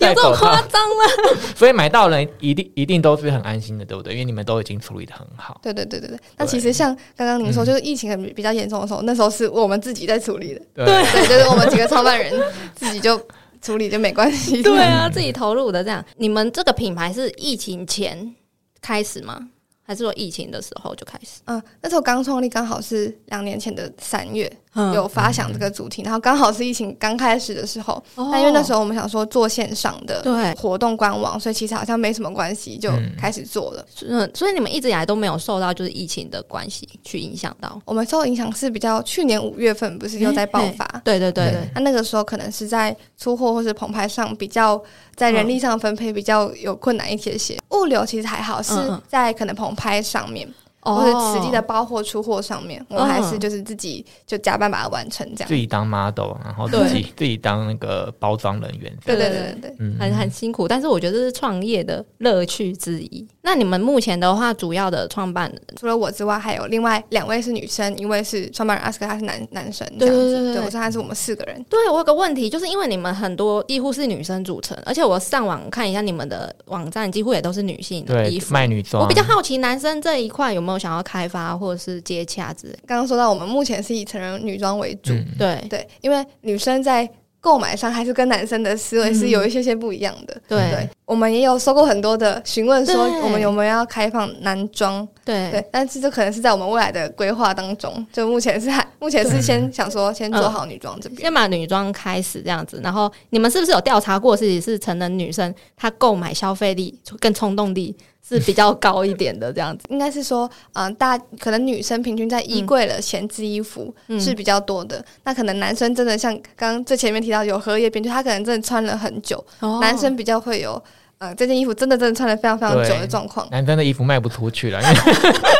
Speaker 2: 有
Speaker 3: 戴
Speaker 2: 这么
Speaker 3: 口
Speaker 2: 夸
Speaker 3: 罩，
Speaker 2: 张吗？
Speaker 3: 所以买到人一定一定都是很安心的，对不对？因为你们都已经处理的很好，
Speaker 1: 对对对对对。那
Speaker 3: 对
Speaker 1: 其实像刚刚您说，
Speaker 3: 嗯
Speaker 1: 就是疫情很比较严重的时候，那时候是我们自己在处 理的，
Speaker 3: 对，
Speaker 1: 对，就是我们几个创办人自己就处理就没关系。
Speaker 2: 对啊，自己投入的这样。你们这个品牌是疫情前开始吗？还是说疫情的时候就开始？
Speaker 1: 嗯，那时候刚创立，刚好是两年前的三月，
Speaker 2: 嗯
Speaker 1: 有发想这个主题，然后刚好是疫情刚开始的时候。但因为那时候我们想说做线上的
Speaker 2: 哦对，
Speaker 1: 活动官网，所以其实好像没什么关系，就
Speaker 3: 嗯
Speaker 1: 开始做了。
Speaker 2: 嗯，所以你们一直以来都没有受到就是疫情的关系去影响到。
Speaker 1: 我们受影响是比较去年五月份不是又在爆发，
Speaker 2: 嗯对对对对
Speaker 1: 那、那个时候可能是在出货或是澎湃上比较在人
Speaker 2: 嗯
Speaker 1: 力上分配比较有困难一些些，物流其实还好，是
Speaker 2: 嗯嗯
Speaker 1: 在可能澎湃上面、
Speaker 2: 哦
Speaker 1: 或者实际的包货出货上面，我们还是
Speaker 2: 嗯
Speaker 1: 就是自己就加班把它完成这样
Speaker 3: 自。己当 model，然后
Speaker 2: 对
Speaker 3: 自己自己当那个包装人员这
Speaker 1: 对
Speaker 3: 样，
Speaker 1: 对对对对，
Speaker 3: 嗯，
Speaker 2: 很很辛苦，但是我觉得这是创业的乐趣之一。那你们目前的话，主要的创办人，
Speaker 1: 除了我之外，还有另外两位是女生，一位是创办人阿斯克，他是男男生，这
Speaker 2: 对
Speaker 1: 样
Speaker 2: 对
Speaker 1: 子。
Speaker 2: 对对对
Speaker 1: 我说他是我们四个人。
Speaker 2: 对我有个问题，就是因为你们很多几乎是女生组成，而且我上网看一下你们的网站，几乎也都是女性的衣
Speaker 3: 对啊
Speaker 2: 服。
Speaker 3: 卖女装，
Speaker 2: 我比较好奇男生这一块有没有想要开发或者是接洽之类的。
Speaker 1: 刚刚说到，我们目前是以成人女装为主，
Speaker 3: 嗯
Speaker 2: 对
Speaker 1: 对，因为女生在购买上还是跟男生的思维是有一些些不一样的。对
Speaker 2: 对，
Speaker 1: 我们也有收过很多的询问，说
Speaker 2: 嗯对嗯
Speaker 1: 我们有没有要开放男装？
Speaker 2: 对
Speaker 1: 对，但是这可能是在我们未来的规划当中，就目前是还目前是先想说先做好女装这边。
Speaker 2: 先把女装开始这样子，然后你们是不是有调查过，是是成人女生她购买消费力跟冲动力是比较高一点的这 样子？
Speaker 1: 应该是说，嗯、大可能女生平均在衣柜的闲置衣服
Speaker 2: 嗯
Speaker 1: 是比较多的。那可能男生真的像刚刚最前面提到有荷叶边，就他可能真的穿了很久，
Speaker 2: 哦
Speaker 3: 哦
Speaker 1: 男生比较会有，呃，这件衣服真的真的穿了非常非常久的
Speaker 3: 对
Speaker 1: 状况。
Speaker 3: 男生的衣服卖不出去了，因为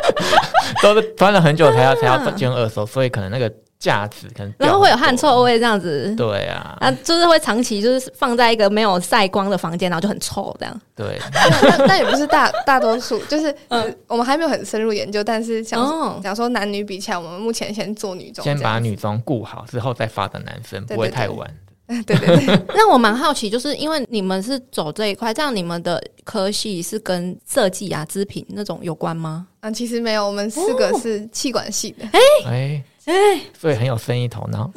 Speaker 3: 都是穿了很久才要才要捐二手，所以可能那个价值可能
Speaker 2: 啊
Speaker 3: 掉
Speaker 2: 然后会有汗
Speaker 3: 很多。
Speaker 2: 臭味这样子，
Speaker 3: 对啊，
Speaker 2: 啊，就是会长期就是放在一个没有晒光的房间，然后就很臭这样。
Speaker 3: 对，
Speaker 1: 但但也不是大大多数，就是、
Speaker 3: 嗯
Speaker 1: 我们还没有很深入研究，但是想、
Speaker 2: 哦
Speaker 1: 想说男女比起来，我们目前先做女装这样
Speaker 3: 先
Speaker 1: 子，
Speaker 3: 把女装顾好，之后再发展男生，
Speaker 1: 对
Speaker 3: 不会
Speaker 1: 对对
Speaker 3: 太晚。
Speaker 1: 对对 对，
Speaker 2: 那我蛮好奇，就是因为你们是走这一块，这样你们的科系是跟设计啊、织品那种有关吗？
Speaker 1: 嗯，其实没有，我们四个
Speaker 3: 哦
Speaker 1: 是气管系的，
Speaker 3: 哎
Speaker 2: 哎
Speaker 3: 所以很有生意头 脑。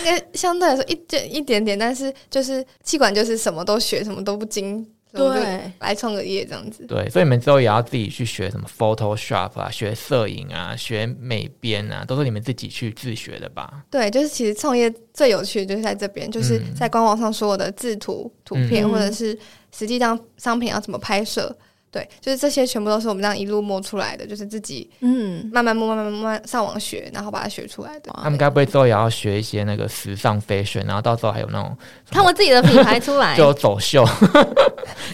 Speaker 1: 应该相对来说一点一点点，但是就是气管就是什么都学，什么都不精，什么就
Speaker 2: 对
Speaker 1: 来创个业这样子。
Speaker 3: 对，所以你们之后也要自己去学什么 Photoshop 啊， 学摄影啊，学美编啊，都是你们自己去自学的吧？
Speaker 1: 对，就是其实创业最有趣的就是在这边，就是
Speaker 3: 嗯
Speaker 1: 在官网上所有的制图、图片，
Speaker 2: 嗯
Speaker 1: 或者是实际上商品要怎么拍摄，对，就是这些全部都是我们这样一路摸出来的，就是自己
Speaker 2: 嗯，
Speaker 1: 慢慢摸、慢慢摸慢慢上网学，然后把它学出来的。
Speaker 2: 哦
Speaker 3: 他们该不会之后也要学一些那个时尚 fashion，然后到时候还有那种
Speaker 2: 他们自己的品牌出来，
Speaker 3: 就有 走秀，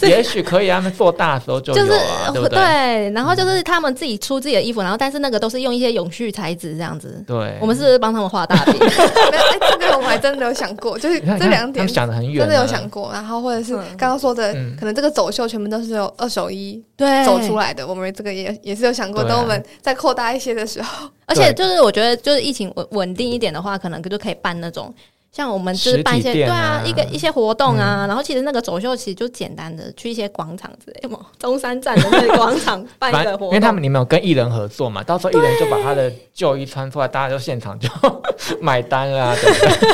Speaker 3: 也许可以啊。他们做大的时候就
Speaker 2: 就是
Speaker 3: 有啊，对不对？
Speaker 2: 呃对，然后就是他们自己出自己的衣服，然后但是那个都是用一些永续材质这样子。
Speaker 3: 对，
Speaker 2: 我们是不是帮他们画 大饼？
Speaker 1: 没有，哎、这个我还真的有想过，就是
Speaker 3: 你看
Speaker 1: 这两
Speaker 3: 他
Speaker 1: 点
Speaker 3: 们想的很远啊，
Speaker 1: 真的有想过，然后或者是
Speaker 2: 嗯
Speaker 1: 刚刚说的，
Speaker 3: 嗯
Speaker 1: 可能这个走秀全部都是有二手衣
Speaker 2: 对
Speaker 1: 走出来的，我们这个也也是有想过，
Speaker 3: 对啊
Speaker 1: 等我们再扩大一些的时候，
Speaker 2: 而且就是我觉得，就是疫情稳稳定一点的话，可能就可以办那种像我们就是办一些
Speaker 3: 实体
Speaker 2: 对
Speaker 3: 店啊嗯
Speaker 2: 啊一个一些活动啊，然后其实那个走秀其实就简单的去一些广场之类的，什么中山站的那个广场办
Speaker 3: 反
Speaker 2: 一
Speaker 3: 正
Speaker 2: 个活动，
Speaker 3: 因为他们你们有跟艺人合作嘛，到时候艺人就把他的旧衣穿出来，大家就现场就 买单啊啦、 对不对？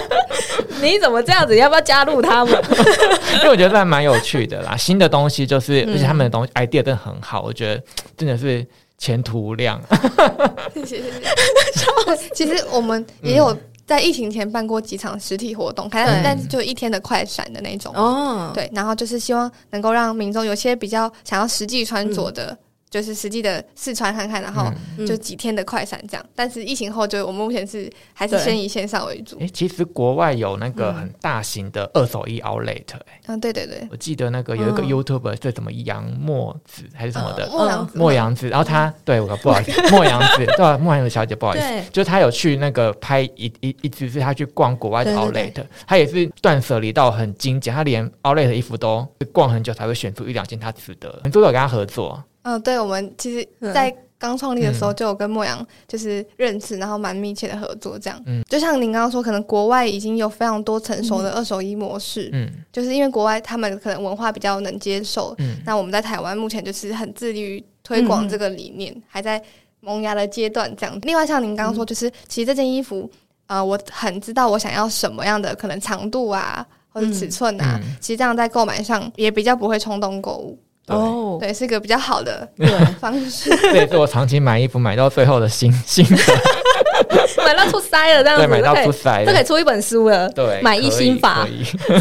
Speaker 2: 你怎么这样子？要不要加入他 们？
Speaker 3: 因为我觉得这还蛮有趣的啦，新的东西就是，
Speaker 2: 嗯
Speaker 3: 而且他们的东西 idea 真的很好，我觉得真的是前途无 量。
Speaker 1: 谢谢谢谢。 其实我们也有在疫情前办过几场实体活动，还
Speaker 2: 嗯对
Speaker 1: 但是就一天的快闪的那种，
Speaker 2: 哦，
Speaker 1: 对，然后就是希望能够让民众有些比较想要实际穿着的，就是实际的试穿看看，然后
Speaker 2: 嗯
Speaker 1: 就几天的快闪这样。但是疫情后，就我们目前是还是
Speaker 2: 对
Speaker 1: 先以线上为主
Speaker 3: 诶，。其实国外有那
Speaker 2: 嗯
Speaker 3: 个很大型的二手衣 outlet，、诶
Speaker 1: 嗯，对对对，
Speaker 3: 我记得那个有一个
Speaker 2: 嗯哦
Speaker 3: YouTuber 叫什么杨墨子还是什么的，
Speaker 1: 莫阳子
Speaker 3: 莫
Speaker 2: 嗯
Speaker 3: 阳子，然后她对我不好意 思，莫阳子对吧？莫阳子小姐不好意思，
Speaker 2: 对
Speaker 3: 就她有去那个拍一一一只是她去逛国外的
Speaker 2: 对
Speaker 3: outlet，
Speaker 2: 对
Speaker 3: 她也是断舍离到很精简，她连 outlet 的衣服都逛很久才会选出一两件她值得。你都有跟她合作，
Speaker 1: 嗯，对，我们其实，
Speaker 2: 嗯
Speaker 1: 在刚创立的
Speaker 3: 嗯
Speaker 1: 时候就有跟莫阳就是认识，然后蛮密切的合作这样。
Speaker 3: 嗯
Speaker 1: 就像您刚刚说，可能国外已经有非常多成熟的二手衣模式，
Speaker 3: 嗯
Speaker 1: 就是因为国外他们可能文化比较能接受，
Speaker 3: 嗯，
Speaker 1: 那我们在台湾目前就是很致力于推广这个理念，还在萌芽的阶段这样。另外，像您刚刚说，就是、其实这件衣服，呃，我很知道我想要什么样的可能长度啊，或者尺寸啊，
Speaker 3: 嗯嗯
Speaker 1: 其实这样在购买上也比较不会冲动购物。
Speaker 3: 对，
Speaker 2: 哦，
Speaker 1: 对，是一个比较好的
Speaker 2: 对，
Speaker 1: 方式。
Speaker 3: 这也是我长期买衣服买到最后的 心心得，
Speaker 2: 买到出腮了这样子，
Speaker 3: 对，买到
Speaker 2: 这可以
Speaker 3: 出塞
Speaker 2: 这可以
Speaker 3: 了，
Speaker 2: 出一本书了，
Speaker 3: 对，
Speaker 2: 买一
Speaker 3: 可以
Speaker 2: 心法
Speaker 3: 可 以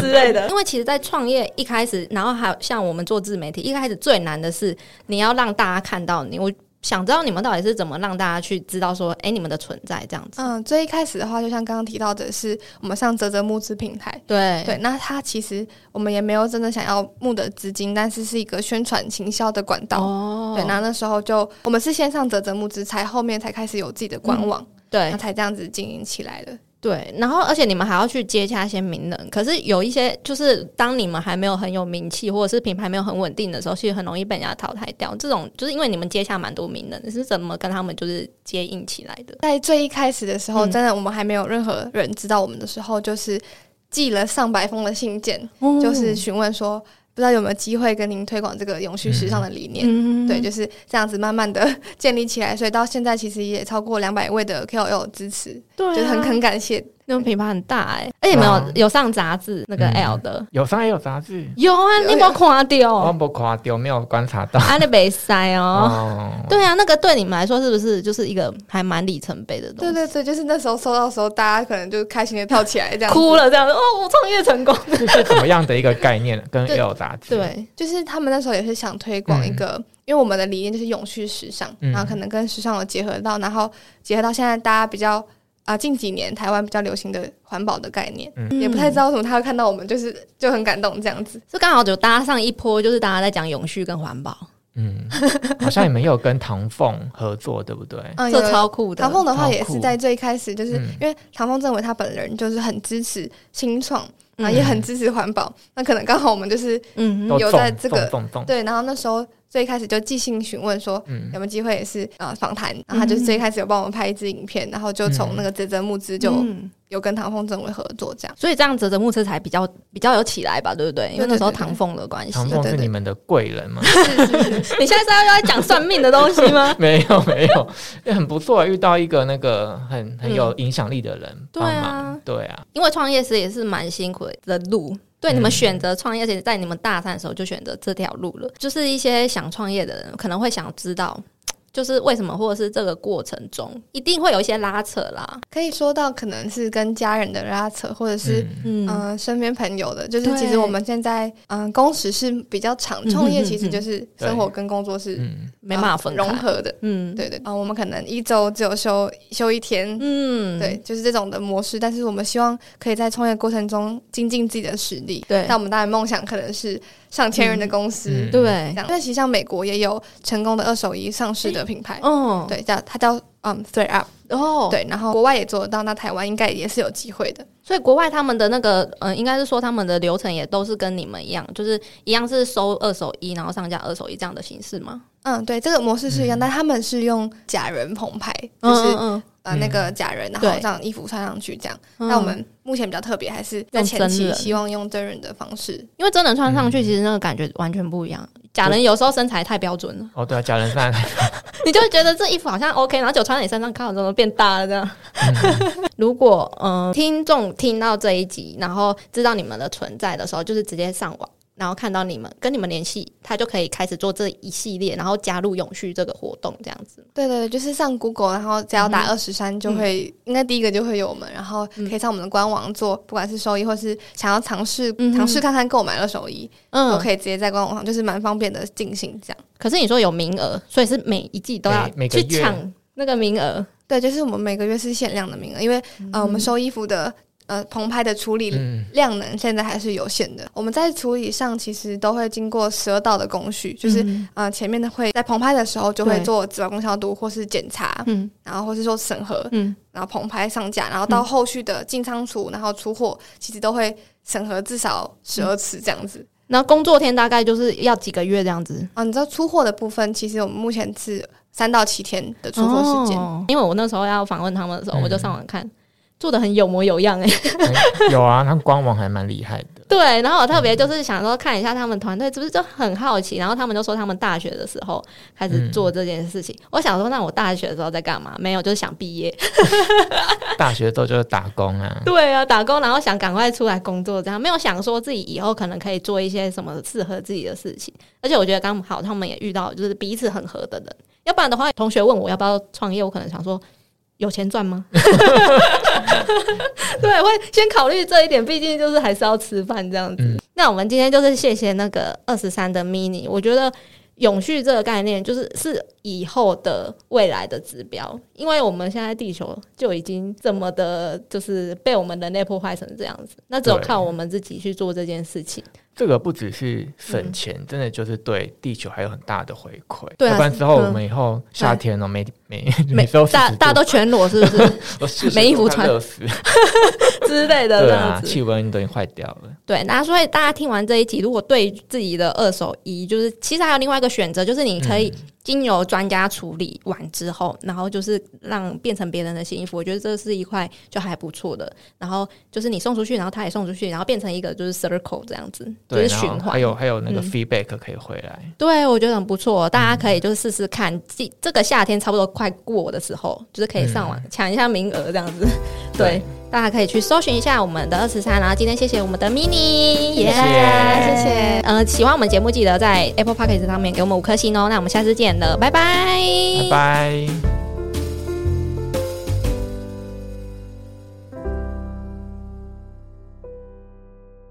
Speaker 2: 之类的。因为其实，在创业一开始，然后还有像我们做自媒体，一开始最难的是你要让大家看到你。我想知道你们到底是怎么让大家去知道说，哎、你们的存在这样子。
Speaker 1: 嗯，最一开始的话，就像刚刚提到的是，我们上泽泽募资平台，
Speaker 2: 对
Speaker 1: 对，那它其实我们也没有真的想要募的资金，但是是一个宣传行销的管道。
Speaker 2: 哦
Speaker 1: 对，那那时候就我们是先上泽泽募资，才后面才开始有自己的官网，那
Speaker 2: 嗯对
Speaker 1: 才这样子经营起来的。
Speaker 2: 对，然后而且你们还要去接洽一些名人，可是有一些就是当你们还没有很有名气，或者是品牌没有很稳定的时候，其实很容易被人家淘汰掉。这种就是因为你们接洽蛮多名人，你是怎么跟他们就是接应起来的？
Speaker 1: 在最一开始的时候，
Speaker 2: 嗯
Speaker 1: 真的我们还没有任何人知道我们的时候，就是寄了上百封的信件，
Speaker 2: 哦嗯
Speaker 1: 就是询问说不知道有没有机会跟您推广这个永续时尚的理念。
Speaker 2: 嗯
Speaker 1: 对，就是这样子慢慢的 建立起来，所以到现在其实也超过两百位的 KOL 支持，
Speaker 2: 对啊、
Speaker 1: 就是很很感谢。
Speaker 2: 那种品牌很大哎、而且没有、
Speaker 3: 啊
Speaker 2: 有上杂志那个
Speaker 3: 嗯
Speaker 2: L 的，
Speaker 3: 有上也有杂志，
Speaker 2: 有啊，
Speaker 1: 有
Speaker 2: 你有没有哦看
Speaker 3: 我
Speaker 2: 到？
Speaker 3: 不夸丢，没有观察到
Speaker 2: 啊，你没塞哦。
Speaker 3: 哦，
Speaker 2: 对啊，那个对你们来说是不是就是一个还蛮里程碑的东
Speaker 1: 对
Speaker 2: 西？
Speaker 1: 对对，就是那时候收到的时候，大家可能就开心的跳起来 这样。
Speaker 2: 哭。了这样子哦，我创业成功。
Speaker 3: 是是怎么样的一个概念？跟
Speaker 2: 对
Speaker 3: L 杂志，
Speaker 2: 对，
Speaker 1: 就是他们那时候也是想推广一个，因为我们的理念就是永续时尚，
Speaker 3: 嗯
Speaker 1: 然后可能跟时尚有结合到，然后结合到现在大家比较啊、近几年台湾比较流行的环保的概念，也不太知
Speaker 2: 道，
Speaker 1: 道为什么他会看到我们，就是就很感动这样子。
Speaker 2: 是刚 好就搭上一波，就是大家在讲永续跟环保，
Speaker 3: 嗯，好像也没有跟唐凤合作，对不对？
Speaker 1: 嗯，有
Speaker 2: 这超酷的。
Speaker 1: 唐凤的话
Speaker 3: 超
Speaker 1: 也
Speaker 3: 酷
Speaker 1: 是在最开始，就是
Speaker 3: 嗯
Speaker 1: 因为唐凤政委他本人就是很支持新创，然后
Speaker 2: 嗯
Speaker 1: 也很支持环保，那可能刚好我们就是
Speaker 2: 嗯
Speaker 3: 都
Speaker 2: 哼，
Speaker 1: 有
Speaker 3: 中
Speaker 1: 在这个
Speaker 3: 中中中
Speaker 1: 对，然后那时候最开始就寄信询问说
Speaker 3: 哦嗯
Speaker 1: 有没有机会也是呃访谈，然后他就是最开始有帮我们拍一支影片，然后就从那个泽泽募资就
Speaker 2: 嗯
Speaker 1: 有跟唐凤政委合作这样。
Speaker 2: 所以这样泽泽木车才比较比较有起来吧，对不对？因为那时候
Speaker 1: 对对对
Speaker 2: 唐凤的关系，
Speaker 3: 唐凤
Speaker 1: 对
Speaker 3: 是
Speaker 1: 对对
Speaker 3: 你们的贵人 吗？？
Speaker 2: 你现在是要要讲算命的东西吗
Speaker 3: 没有没有，也很不错，啊遇到一个那个很很有影响力的人
Speaker 2: 对
Speaker 3: 帮
Speaker 2: 啊
Speaker 3: 忙，嗯对啊，
Speaker 2: 因为创业时也是蛮辛苦的路。对，你们选择创业时，在你们大三的时候就选择这条路了。就是一些想创业的人可能会想知道，就是为什么，或者是这个过程中一定会有一些拉扯啦。
Speaker 1: 可以说到可能是跟家人的拉扯，或者是
Speaker 3: 嗯
Speaker 2: 嗯，
Speaker 1: 嗯、呃身边朋友的，就是
Speaker 2: 对
Speaker 1: 其实我们现在嗯、呃工时是比较长，
Speaker 2: 嗯
Speaker 1: 创业
Speaker 2: 嗯
Speaker 1: 其实
Speaker 2: 嗯
Speaker 1: 就是生活跟工作是、
Speaker 3: 嗯，
Speaker 2: 没办法分
Speaker 1: 呃
Speaker 2: 开
Speaker 1: 融。合的。
Speaker 2: 嗯，
Speaker 1: 对对啊、我们可能一周只有休休一天，
Speaker 2: 嗯，
Speaker 1: 对，就是这种的模式。但是我们希望可以在创业过程中精进自己的实力。
Speaker 2: 对
Speaker 1: 但我们当然梦想可能是上千人的公司，
Speaker 3: 嗯
Speaker 2: 对
Speaker 1: 这，样。因为其实像美国也有成功的二手衣上市的品牌，嗯
Speaker 2: 哦，
Speaker 1: 对，叫它叫嗯 Three Up，、
Speaker 2: 哦，。
Speaker 1: 对，然后国外也做得到，那台湾应该也是有机会的。
Speaker 2: 所以国外他们的那个，嗯、应该是说他们的流程也都是跟你们一样，就是一样是收二手衣，然后上架二手衣这样的形式吗？
Speaker 1: 嗯，对，这个模式是一样，但他们是用假人棚拍，就
Speaker 2: 嗯
Speaker 1: 是、
Speaker 2: 嗯
Speaker 1: 呃那个假人，然后
Speaker 2: 对
Speaker 1: 让衣服穿上去这样。
Speaker 2: 嗯
Speaker 1: 那我们目前比较特别，还是在
Speaker 2: 用
Speaker 1: 前
Speaker 2: 真
Speaker 1: 期
Speaker 2: 人
Speaker 1: 希望用真人的方式。
Speaker 2: 因为真人穿上去，其实那个感觉完全不一样。假人有时候身材太标准 了，
Speaker 3: 哦对啊，假人赛，
Speaker 2: 你就会觉得这衣服好像 OK，然后就穿在你身上，看怎么变大了这样。 如果嗯、呃听众听到这一集，然后知道你们的存在的时候，就是直接上网。然后看到你们跟你们联系，他就可以开始做这一系列，然后加入永续这个活动，这样子。
Speaker 1: 对对对，就是上 Google，然后只要
Speaker 2: 嗯
Speaker 1: 打二十三就会，应该第一个就会有我们，然后可以上我们的官网做，不管是收益或是想要尝试、
Speaker 2: 嗯哼
Speaker 1: 尝试看看购买二手衣，
Speaker 2: 嗯
Speaker 1: 都可以直接在官网上，就是蛮方便的进行这样。
Speaker 2: 可是你说有名额，所以是每一季都要
Speaker 3: 每每个
Speaker 2: 去
Speaker 3: 月
Speaker 2: 抢那个名额。
Speaker 1: 对，就是我们每个月是限量的名额，因为
Speaker 2: 嗯
Speaker 1: 呃，我们收衣服的呃棚拍的处理
Speaker 3: 嗯
Speaker 1: 量能现在还是有限的。我们在处理上其实都会经过十二道的工序，就是、
Speaker 2: 嗯
Speaker 1: 呃前面的会在棚拍的时候就会
Speaker 2: 对
Speaker 1: 做紫外功消毒或是检查，
Speaker 2: 嗯
Speaker 1: 然后或是说审核，
Speaker 2: 嗯，
Speaker 1: 然后棚拍上架，然后到后续的进仓储，然后出货，其实都会审核至少十
Speaker 2: 嗯
Speaker 1: 二次这样子。
Speaker 2: 然后工作天大概就是要几个月这样子。
Speaker 1: 啊，你知道出货的部分，其实我们目前是三到七天的出货时间。
Speaker 2: 哦因为我那时候要访问他们的时候，
Speaker 3: 嗯
Speaker 2: 我就上网看，做的很有模有样哎、
Speaker 3: 有啊，他官网还蛮厉害的，
Speaker 2: 对，然后我特别就是想说看一下他们团队是不是就很好奇，然后他们就说他们大学的时候开始做这件事情。我想说，那我大学的时候在干嘛？没有，就是想毕业。
Speaker 3: 大学之后就是打工啊，
Speaker 2: 对啊，打工，然后想赶快出来工作，这样没有想说自己以后可能可以做一些什么适合自己的事情。而且我觉得刚好他们也遇到就是彼此很合的人，要不然的话，同学问我要不要创业，我可能想说。有钱赚吗？ 对，会先考虑这一点，毕竟就是还是要吃饭这样子。
Speaker 3: 嗯
Speaker 2: 那我们今天就是谢谢那个二十三的 mini，我觉得永续这个概念就是是以后的未来的指标，因为我们现在地球就已经这么的，就是被我们人类破坏成这样子，那只有
Speaker 3: 对
Speaker 2: 靠我们自己去做这件事情。
Speaker 3: 这个不只是省钱，真的就是对地球还有很大的回馈。
Speaker 2: 对啊
Speaker 3: 要不然之后
Speaker 2: 嗯
Speaker 3: 我们以后夏天哦、 每每每
Speaker 2: 每
Speaker 3: 周四
Speaker 2: 大
Speaker 3: 十度哦
Speaker 2: 大家都全裸是不 是
Speaker 3: 我40度
Speaker 2: 没衣服
Speaker 3: 快
Speaker 2: 穿
Speaker 3: 热死，
Speaker 2: 之类的
Speaker 3: 对
Speaker 2: 这
Speaker 3: 啊
Speaker 2: 样，子？
Speaker 3: 气温都已经坏掉了。
Speaker 2: 对，那所以大家听完这一集，如果对自己的二手衣，就是其实还有另外一个选择，就是你可以
Speaker 3: 嗯
Speaker 2: 经由专家处理完之后，然后就是让变成别人的新衣服，我觉得这是一块就还不错的。然后就是你送出去，然后他也送出去，然后变成一个就是 circle 这样子，就
Speaker 3: 对，
Speaker 2: 是
Speaker 3: 然
Speaker 2: 循
Speaker 3: 后还
Speaker 2: 环。
Speaker 3: 有还有那个
Speaker 2: 嗯
Speaker 3: feedback 可以回来，
Speaker 2: 对，我觉得很不错，大家
Speaker 1: 嗯
Speaker 2: 可以就是试试看，这、这个夏天差不多快过的时候，就是可以上
Speaker 1: 嗯
Speaker 2: 网抢一下名额这样 子。对，
Speaker 3: 对
Speaker 2: 大家可以去搜寻一下我们的二十三，然后今天谢谢我们的 mini，耶、
Speaker 1: 谢谢。
Speaker 2: 呃，喜欢我们节目，记得在 Apple Podcast 上面给我们五颗星哦。那我们下次见了，拜拜
Speaker 3: 拜拜。